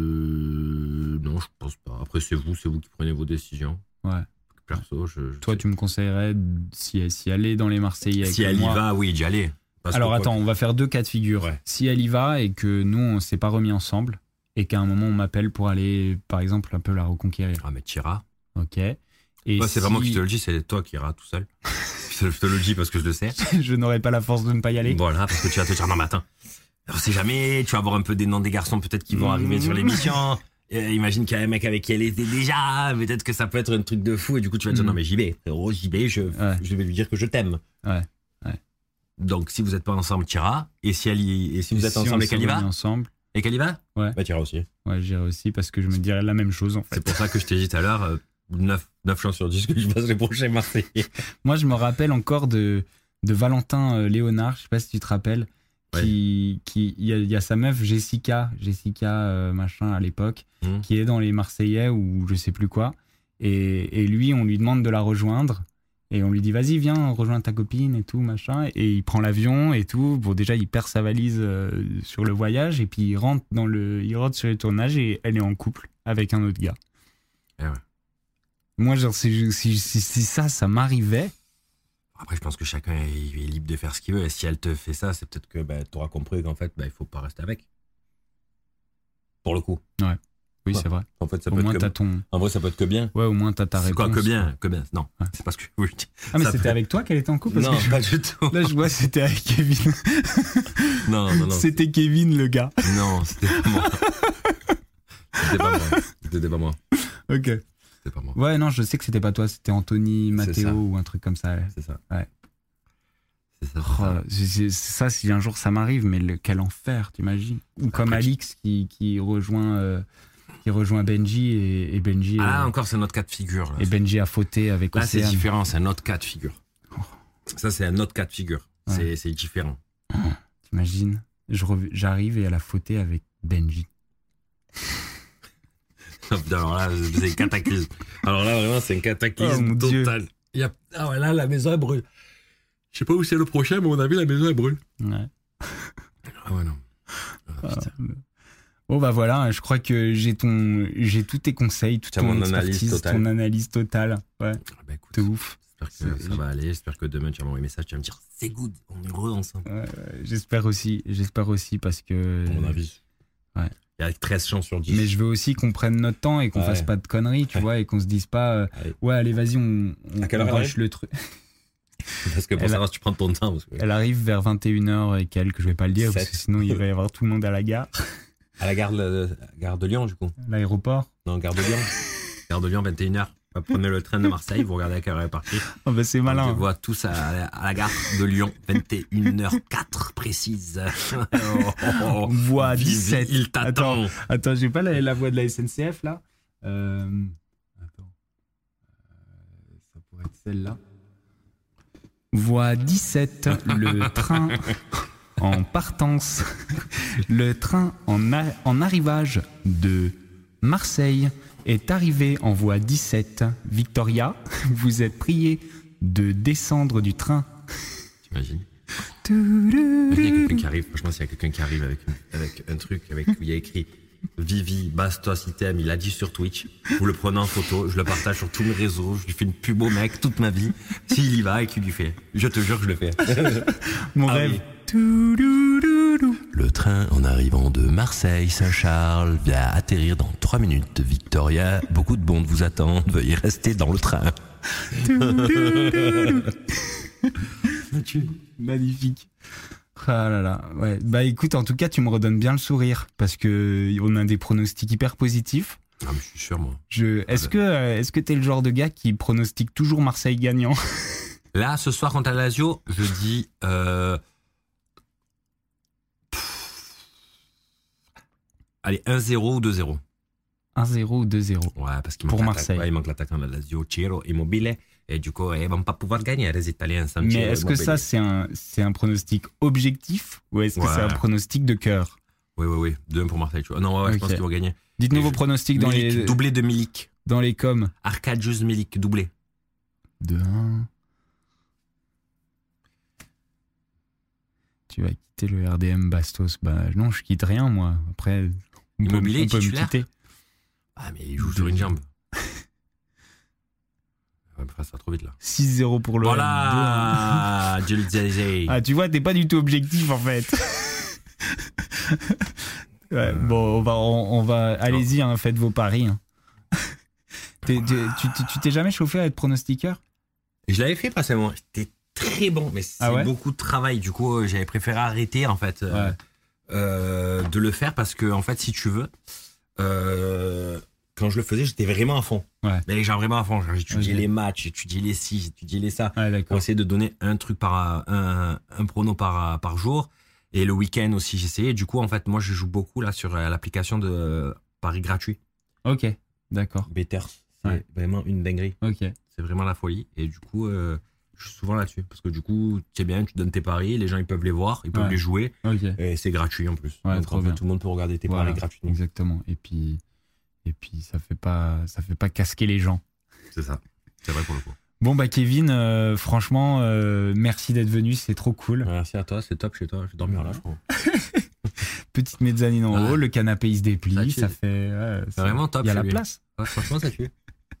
[SPEAKER 2] euh, non, je pense pas. Après, c'est vous, c'est vous qui prenez vos décisions.
[SPEAKER 1] Ouais.
[SPEAKER 2] Perso, je. je
[SPEAKER 1] Toi, tu me conseillerais si, si aller dans les Marseillais.
[SPEAKER 2] si
[SPEAKER 1] avec
[SPEAKER 2] elle y
[SPEAKER 1] moi.
[SPEAKER 2] va, oui, d'y aller. Parce que
[SPEAKER 1] Alors
[SPEAKER 2] quoi
[SPEAKER 1] attends, on va faire deux cas de figure.
[SPEAKER 2] Ouais.
[SPEAKER 1] Si elle y va et que nous, on s'est pas remis ensemble et qu'à un moment, on m'appelle pour aller, par exemple, un peu la reconquérir.
[SPEAKER 2] Ah, mais t'iras.
[SPEAKER 1] Ok. Et
[SPEAKER 2] Bah, c'est vraiment
[SPEAKER 1] si- *laughs*
[SPEAKER 2] qui te le dit, c'est toi qui iras tout seul. je te le dis parce que je le sais.
[SPEAKER 1] je n'aurais pas la force de ne pas y aller.
[SPEAKER 2] Voilà, parce que tu vas te dire, non, mais attends, on sait jamais, tu vas avoir un peu des noms des garçons peut-être qui vont
[SPEAKER 1] Mhm.
[SPEAKER 2] arriver sur l'émission. Euh, imagine qu'il y a un mec avec qui elle était déjà, peut-être que ça peut être un truc de fou, et du coup tu vas te dire,
[SPEAKER 1] Mhm.
[SPEAKER 2] non, mais j'y vais, frérot, j'y vais, je,
[SPEAKER 1] Ouais.
[SPEAKER 2] je vais lui dire que je t'aime.
[SPEAKER 1] Ouais, ouais.
[SPEAKER 2] Donc si vous n'êtes pas ensemble, t'iras, et si, elle y- et si vous êtes
[SPEAKER 1] Si on
[SPEAKER 2] ensemble et qu'elle y
[SPEAKER 1] s'en
[SPEAKER 2] va,
[SPEAKER 1] remet ensemble.
[SPEAKER 2] et qu'elle y va,
[SPEAKER 1] Ouais.
[SPEAKER 2] bah t'iras aussi.
[SPEAKER 1] Ouais, j'irai aussi parce que je me dirais la même chose en fait.
[SPEAKER 2] C'est pour ça que je t'ai dit tout à l'heure, 9, chances sur 10 que je passe les prochains Marseillais.
[SPEAKER 1] Moi, je me rappelle encore de, de Valentin euh, Léonard, je sais pas si tu te rappelles, qui, qui, il y, a- il y a sa meuf Jessica, Jessica euh, machin à l'époque,
[SPEAKER 2] Mhm.
[SPEAKER 1] qui est dans les Marseillais ou je sais plus quoi. Et, et lui, on lui demande de la rejoindre. Et on lui dit, vas-y, viens, rejoins ta copine et tout, machin. Et il prend l'avion et tout. Bon, déjà, il perd sa valise euh, sur le voyage. Et puis, il rentre, dans le, il rentre sur le tournage et elle est en couple avec un autre gars.
[SPEAKER 2] Eh ouais.
[SPEAKER 1] Moi, genre, si, si- si- si ça, ça m'arrivait,
[SPEAKER 2] Après, je pense que chacun est, il est libre de faire ce qu'il veut. Et si elle te fait ça, c'est peut-être que bah, tu auras compris qu'en fait, bah, il faut pas rester avec. Pour le coup.
[SPEAKER 1] Oui,
[SPEAKER 2] Ouais.
[SPEAKER 1] c'est vrai.
[SPEAKER 2] En fait, ça
[SPEAKER 1] au
[SPEAKER 2] peut
[SPEAKER 1] moins,
[SPEAKER 2] être que...
[SPEAKER 1] t'as ton.
[SPEAKER 2] En vrai, ça peut être que bien.
[SPEAKER 1] Ouais, au moins, t'as ta
[SPEAKER 2] C'est
[SPEAKER 1] réponse.
[SPEAKER 2] quoi, que bien Que bien Non,
[SPEAKER 1] Ouais.
[SPEAKER 2] c'est parce que. oui, tu-
[SPEAKER 1] Ah, mais
[SPEAKER 2] Ça
[SPEAKER 1] c'était
[SPEAKER 2] peut-
[SPEAKER 1] avec toi qu'elle était en couple parce
[SPEAKER 2] non,
[SPEAKER 1] que je-
[SPEAKER 2] pas du tout.
[SPEAKER 1] Là, je vois, c'était avec Kevin.
[SPEAKER 2] Non, Ah non, non.
[SPEAKER 1] c'était Kevin, le gars.
[SPEAKER 2] Non, c'était pas moi. c'était pas moi.
[SPEAKER 1] *laughs*
[SPEAKER 2] C'était pas moi.
[SPEAKER 1] Ok.
[SPEAKER 2] C'était pas moi.
[SPEAKER 1] Ouais, non, je sais que c'était pas toi, c'était Anthony,
[SPEAKER 2] C'est
[SPEAKER 1] Matteo
[SPEAKER 2] ça.
[SPEAKER 1] ou un truc comme ça. ouais.
[SPEAKER 2] C'est ça.
[SPEAKER 1] Ouais.
[SPEAKER 2] C'est ça.
[SPEAKER 1] Oh, c'est- c'est- c'est ça, si un jour ça m'arrive, mais le, quel enfer, t'imagines Ou comme Alix qui, qui rejoint. euh, Qui rejoint Benji et, et Benji
[SPEAKER 2] Ah,
[SPEAKER 1] euh, eh ben,
[SPEAKER 2] encore, c'est notre cas de figure. Là,
[SPEAKER 1] et Benji a fauté avec
[SPEAKER 2] Là, c'est
[SPEAKER 1] Océane.
[SPEAKER 2] différent. C'est un autre cas de figure.
[SPEAKER 1] Oh.
[SPEAKER 2] Ça, c'est un autre cas de figure.
[SPEAKER 1] Ouais.
[SPEAKER 2] C'est- C'est différent.
[SPEAKER 1] T'imagines Je rev- J'arrive et elle a fauté avec Benji.
[SPEAKER 2] Ah, putain, Alors là, c'est un cataclysme. Alors là, vraiment, c'est un cataclysme
[SPEAKER 1] Oh, mon Dieu.
[SPEAKER 2] total. Il y a- Ah ouais, là, la maison elle brûle. Je sais pas où c'est le prochain, mais on a vu la maison elle brûle.
[SPEAKER 1] Ouais.
[SPEAKER 2] Ah ouais, non. Ah, putain.
[SPEAKER 1] Bon bah voilà, je crois que j'ai ton, j'ai tous tes conseils, toute
[SPEAKER 2] T'as
[SPEAKER 1] ton
[SPEAKER 2] mon analyse
[SPEAKER 1] expertise,
[SPEAKER 2] totale.
[SPEAKER 1] ton analyse totale. Ouais,
[SPEAKER 2] Ah bah, écoute,
[SPEAKER 1] de ouf.
[SPEAKER 2] j'espère que ça va aller. J'espère que demain, tu vas m'envoyer un message. Tu vas me dire, c'est good, on est heureux ensemble.
[SPEAKER 1] Ouais, ouais, Euh, j'espère aussi, j'espère aussi parce que.
[SPEAKER 2] Pour mon avis.
[SPEAKER 1] Euh, Ouais.
[SPEAKER 2] Il y a 13 chances sur 10.
[SPEAKER 1] Mais je veux aussi qu'on prenne notre temps et qu'on
[SPEAKER 2] Ouais.
[SPEAKER 1] fasse pas de conneries, tu
[SPEAKER 2] Ouais.
[SPEAKER 1] vois, et qu'on se dise pas, euh,
[SPEAKER 2] Ouais.
[SPEAKER 1] ouais, allez, vas-y, on, on,
[SPEAKER 2] À quelle
[SPEAKER 1] on
[SPEAKER 2] heure elle
[SPEAKER 1] rush le truc.
[SPEAKER 2] Parce que pour
[SPEAKER 1] Elle a-
[SPEAKER 2] savoir si tu prends ton temps. Parce que...
[SPEAKER 1] Elle arrive vers 21h et quelques, je vais pas le dire, parce
[SPEAKER 2] Sept.
[SPEAKER 1] que sinon
[SPEAKER 2] *laughs*
[SPEAKER 1] il va y avoir tout le monde à la gare,
[SPEAKER 2] À la gare, de- gare de Lyon, du coup.
[SPEAKER 1] à l'aéroport.
[SPEAKER 2] Non, gare *laughs* de Lyon. gare de Lyon, 21h. Prenez le train de Marseille, vous regardez à quelle heure elle est partie.
[SPEAKER 1] Oh, bah, c'est
[SPEAKER 2] Je
[SPEAKER 1] malin.
[SPEAKER 2] vois tous à, la- à la gare de
[SPEAKER 1] *laughs*
[SPEAKER 2] Lyon, 21h04 précise. Oh, oh,
[SPEAKER 1] On
[SPEAKER 2] oh.
[SPEAKER 1] voit à
[SPEAKER 2] Vivi,
[SPEAKER 1] 17.
[SPEAKER 2] Il t'attend.
[SPEAKER 1] Attends, j'ai pas la, la voix de la SNCF là. Euh, Attends. Euh, ça pourrait être celle-là. Voie 17, le train
[SPEAKER 2] *laughs*
[SPEAKER 1] en partance. Le train en, a- en arrivage de Marseille est arrivé en voie 17. Victoria, vous êtes prié de descendre du train.
[SPEAKER 2] T'imagines Il y a quelqu'un qui arrive, franchement, s'il y a quelqu'un qui arrive avec, avec un truc avec, où il y a écrit Vivi, Bastos, Item, il a dit sur Twitch, vous le prenez en photo, je le partage sur tous mes réseaux, je lui fais une pub au mec toute ma vie, s'il y va et qu'il lui fait. Je te jure que je le fais.
[SPEAKER 1] Mon
[SPEAKER 2] Ah
[SPEAKER 1] rêve.
[SPEAKER 2] oui.
[SPEAKER 1] Toulouloulou.
[SPEAKER 4] Le train en arrivant de Marseille-Saint-Charles vient atterrir dans 3 minutes. Victoria, beaucoup de bondes vous attendent. Veuillez rester dans le train.
[SPEAKER 1] Ah, Magnifique. Ah là là, ouais. Bah écoute, en tout cas, tu me redonnes bien le sourire parce que euh, on a des pronostics hyper positifs.
[SPEAKER 2] Ah, mais je suis sûr, moi.
[SPEAKER 1] Je,
[SPEAKER 2] Ah
[SPEAKER 1] est-ce que, euh, est-ce que t'es le genre de gars qui pronostique toujours Marseille gagnant *laughs*
[SPEAKER 2] Là, ce soir, contre la Lazio, je dis. euh, pff, Allez, 1-0 ou 2-0.
[SPEAKER 1] 1-0 ou 2-0
[SPEAKER 2] Ouais, parce qu'il
[SPEAKER 1] Pour
[SPEAKER 2] manque
[SPEAKER 1] Marseille.
[SPEAKER 2] l'attaque- ouais, il manque l'attaquant de la Lazio, Ciro Immobile. Et du coup, eh, ils vont pas pouvoir gagner, les Italiens. sans
[SPEAKER 1] Mais
[SPEAKER 2] Ciro
[SPEAKER 1] est-ce que
[SPEAKER 2] Immobile.
[SPEAKER 1] ça, c'est un, c'est un pronostic objectif ou est-ce que
[SPEAKER 2] Ouais.
[SPEAKER 1] c'est un pronostic de cœur
[SPEAKER 2] Oui, oui, oui. 2-1 pour Marseille. Tu vois. Non, ouais, ouais, je
[SPEAKER 1] Ok.
[SPEAKER 2] pense qu'ils vont gagner.
[SPEAKER 1] Dites-nous
[SPEAKER 2] Et
[SPEAKER 1] vos
[SPEAKER 2] je-
[SPEAKER 1] pronostics dans
[SPEAKER 2] Milik,
[SPEAKER 1] les,
[SPEAKER 2] Doublé de Milik.
[SPEAKER 1] dans les coms.
[SPEAKER 2] Arcadius Milik, doublé.
[SPEAKER 1] 2-1. Tu vas quitter le RDM Bastos. Bah non, je quitte rien moi. Après, on peut,
[SPEAKER 2] Immobilier,
[SPEAKER 1] on peut me
[SPEAKER 2] titulaire
[SPEAKER 1] quitter.
[SPEAKER 2] Ah, mais il joue sur une jambe. *laughs* Ouais, mais ça va trop vite, là.
[SPEAKER 1] 6-0 pour le RDM.
[SPEAKER 2] Voilà Je le disais.
[SPEAKER 1] Ah, tu vois, t'es pas du tout objectif en fait.
[SPEAKER 2] *laughs* Euh.
[SPEAKER 1] Ouais, bon, on va, on, on va, allez-y, hein, faites vos paris.
[SPEAKER 2] *laughs*
[SPEAKER 1] hein. T'es- t'es- tu tu- tu t'es jamais chauffé à être pronostiqueur
[SPEAKER 2] Je l'avais fait passer moi. J'étais très bon, mais c'est
[SPEAKER 1] Ah ouais
[SPEAKER 2] beaucoup de travail. Du coup, euh, j'avais préféré arrêter en fait euh,
[SPEAKER 1] Ouais.
[SPEAKER 2] euh, de le faire parce que en fait, si tu veux, euh, quand je le faisais, j'étais vraiment à fond.
[SPEAKER 1] Ouais.
[SPEAKER 2] Mais genre vraiment à fond. Genre, J'étudiais
[SPEAKER 1] Ok.
[SPEAKER 2] les matchs, j'étudiais les ci, j'étudiais les ça.
[SPEAKER 1] Ouais,
[SPEAKER 2] On
[SPEAKER 1] d'accord.
[SPEAKER 2] essayait de donner un truc par un, un prono par, par jour. Et le week-end aussi, j'essayais. Du coup, en fait, moi, je joue beaucoup là sur euh, l'application de euh, Paris gratuit.
[SPEAKER 1] Ok, d'accord.
[SPEAKER 2] Better. C'est
[SPEAKER 1] Ouais.
[SPEAKER 2] vraiment une dinguerie.
[SPEAKER 1] Ok.
[SPEAKER 2] C'est vraiment la folie. Et du coup, euh, je suis souvent là-dessus. Parce que du coup, tu sais bien, tu donnes tes paris, les gens, ils peuvent les voir, ils peuvent
[SPEAKER 1] Ouais.
[SPEAKER 2] les jouer.
[SPEAKER 1] Ok.
[SPEAKER 2] Et c'est gratuit en plus.
[SPEAKER 1] Ouais,
[SPEAKER 2] Donc,
[SPEAKER 1] trop
[SPEAKER 2] en fait,
[SPEAKER 1] bien.
[SPEAKER 2] tout le monde peut regarder tes
[SPEAKER 1] Voilà,
[SPEAKER 2] paris gratuitement.
[SPEAKER 1] Exactement. Et puis, et puis ça fait pas, ça fait pas casquer les gens.
[SPEAKER 2] C'est ça. C'est vrai pour le coup.
[SPEAKER 1] Bon bah Kevin, euh, franchement, euh, merci d'être venu, c'est trop cool.
[SPEAKER 2] *laughs* Merci à toi, c'est top chez toi. Je vais dormir là, je crois.
[SPEAKER 1] Petite mezzanine en
[SPEAKER 2] Ouais.
[SPEAKER 1] haut, le canapé il se
[SPEAKER 2] Ça
[SPEAKER 1] déplie,
[SPEAKER 2] tue.
[SPEAKER 1] ça, fait, ouais, c'est-
[SPEAKER 2] vraiment top
[SPEAKER 1] Il y a
[SPEAKER 2] chez
[SPEAKER 1] la
[SPEAKER 2] lui.
[SPEAKER 1] place.
[SPEAKER 2] Ouais, franchement, ça tue.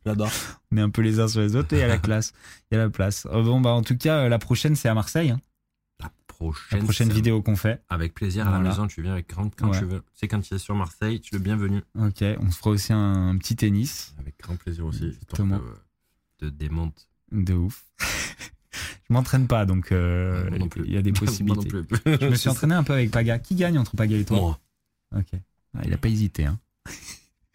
[SPEAKER 2] J'adore.
[SPEAKER 1] On est un peu les uns sur les autres et
[SPEAKER 2] *laughs*
[SPEAKER 1] il y a la classe. Il y a la place. Euh, bon bah en tout cas, euh, la prochaine c'est à Marseille. hein.
[SPEAKER 2] La
[SPEAKER 1] La
[SPEAKER 2] prochaine,
[SPEAKER 1] prochaine
[SPEAKER 2] c'est-
[SPEAKER 1] vidéo qu'on fait.
[SPEAKER 2] Avec plaisir à la
[SPEAKER 1] Voilà.
[SPEAKER 2] maison, tu viens avec grand quand
[SPEAKER 1] Ouais.
[SPEAKER 2] tu veux. Tu sais, quand tu es sur Marseille, tu es le bienvenu.
[SPEAKER 1] Ok. On se fera aussi un, un petit tennis
[SPEAKER 2] Avec grand plaisir aussi. Histoire
[SPEAKER 1] Exactement.
[SPEAKER 2] que, euh, te démonte.
[SPEAKER 1] de ouf. *laughs* Je m'entraîne pas donc euh,
[SPEAKER 2] Moi non plus.
[SPEAKER 1] il y a des
[SPEAKER 2] *laughs* Moi
[SPEAKER 1] possibilités.
[SPEAKER 2] non plus. *laughs*
[SPEAKER 1] Je me suis entraîné un peu avec Paga. Qui gagne entre Paga et toi
[SPEAKER 2] Moi.
[SPEAKER 1] Ok. Ah, il a pas hésité. Hein. *laughs*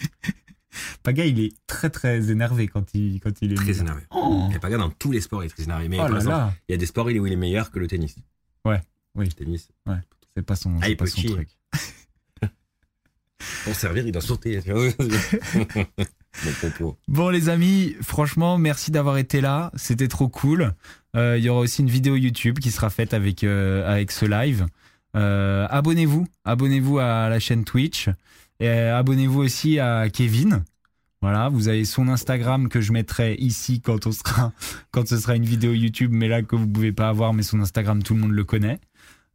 [SPEAKER 1] Paga, il est très très énervé quand il, quand il est.
[SPEAKER 2] Très énervé.
[SPEAKER 1] Oh.
[SPEAKER 2] Et Paga, dans tous les sports, il est très énervé. Mais
[SPEAKER 1] Oh
[SPEAKER 2] par
[SPEAKER 1] là
[SPEAKER 2] exemple,
[SPEAKER 1] là,
[SPEAKER 2] il y a des sports où il est meilleur que le tennis.
[SPEAKER 1] Ouais, oui.
[SPEAKER 2] Le tennis,
[SPEAKER 1] c'est pas son,
[SPEAKER 2] Ah,
[SPEAKER 1] c'est
[SPEAKER 2] il
[SPEAKER 1] pas
[SPEAKER 2] peut
[SPEAKER 1] son
[SPEAKER 2] chier.
[SPEAKER 1] truc.
[SPEAKER 2] pour servir, il doit sauter. *laughs* Mon popo.
[SPEAKER 1] Bon les amis, franchement, merci d'avoir été là. C'était trop cool. Euh, Il y aura aussi une vidéo YouTube qui sera faite avec euh, avec ce live. Euh, abonnez-vous, abonnez-vous à la chaîne Twitch. Et euh, abonnez-vous aussi à Kevin. Voilà, vous avez son Instagram que je mettrai ici quand on sera *laughs* quand ce sera une vidéo YouTube, mais là que vous pouvez pas avoir, mais son Instagram tout le monde le connaît.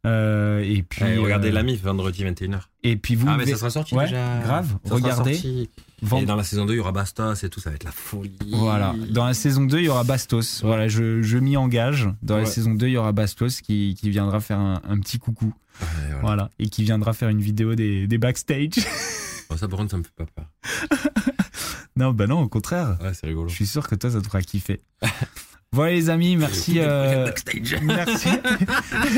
[SPEAKER 1] Euh, et puis
[SPEAKER 2] Eh, regardez
[SPEAKER 1] euh,
[SPEAKER 2] l'ami vendredi 21h.
[SPEAKER 1] Et puis vous,
[SPEAKER 2] ah, mais
[SPEAKER 1] devez-
[SPEAKER 2] ça sera sorti
[SPEAKER 1] Ouais,
[SPEAKER 2] déjà.
[SPEAKER 1] grave.
[SPEAKER 2] Ça sera
[SPEAKER 1] Regardez.
[SPEAKER 2] sorti.
[SPEAKER 1] vend-
[SPEAKER 2] Et dans la saison 2, il y aura Bastos et tout, ça va être la folie.
[SPEAKER 1] Voilà. Dans la saison 2, il y aura Bastos. Voilà, je, je m'y engage. Dans la
[SPEAKER 2] Ouais.
[SPEAKER 1] saison 2, il y aura Bastos qui, qui viendra faire un, un petit coucou.
[SPEAKER 2] Ouais, Ah, voilà.
[SPEAKER 1] Voilà. Et qui viendra faire une vidéo des, des backstage. *laughs*
[SPEAKER 2] Bon, Oh, ça, par contre, ça me fait pas peur.
[SPEAKER 1] non, bah non, au contraire.
[SPEAKER 2] Ouais, c'est rigolo.
[SPEAKER 1] Je suis sûr que toi, ça te fera kiffer.
[SPEAKER 2] *laughs*
[SPEAKER 1] Voilà, les amis. Merci. euh, Merci.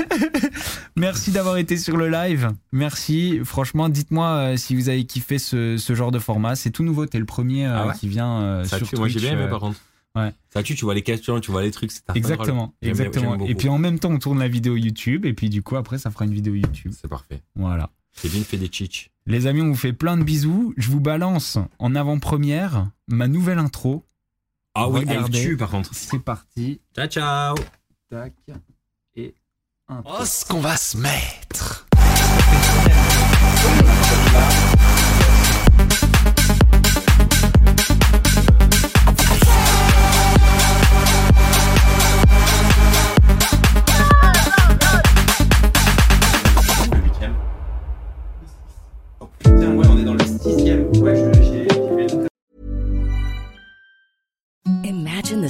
[SPEAKER 1] *laughs* Merci d'avoir été sur le live. Merci. Franchement, dites-moi euh, si vous avez kiffé ce, ce genre de format. C'est tout nouveau. T'es le premier euh,
[SPEAKER 2] Ah ouais
[SPEAKER 1] qui vient euh,
[SPEAKER 2] Ça
[SPEAKER 1] sur
[SPEAKER 2] tue, moi j'ai
[SPEAKER 1] Twitch,
[SPEAKER 2] bien aimé
[SPEAKER 1] euh,
[SPEAKER 2] par contre.
[SPEAKER 1] ouais.
[SPEAKER 2] Ça tue, tu vois les questions, tu vois les trucs, c'est
[SPEAKER 1] Exactement,
[SPEAKER 2] J'aime-
[SPEAKER 1] exactement.
[SPEAKER 2] j'aime beaucoup.
[SPEAKER 1] Et puis en même temps, on tourne la vidéo YouTube, et puis du coup, après, ça fera une vidéo YouTube.
[SPEAKER 2] C'est parfait.
[SPEAKER 1] Voilà.
[SPEAKER 2] Kevin fait des chichs.
[SPEAKER 1] Les amis, on vous fait plein de bisous. Je vous balance en avant-première ma nouvelle intro.
[SPEAKER 2] Ah oui, elle
[SPEAKER 1] Regardez.
[SPEAKER 2] tue par contre.
[SPEAKER 1] C'est parti.
[SPEAKER 2] Ciao, ciao.
[SPEAKER 1] Tac. Et un.
[SPEAKER 4] Oh, ce qu'on va se mettre
[SPEAKER 2] Oh, Putain, ouais, on est dans le sixième. Ouais, j'ai
[SPEAKER 5] Imagine the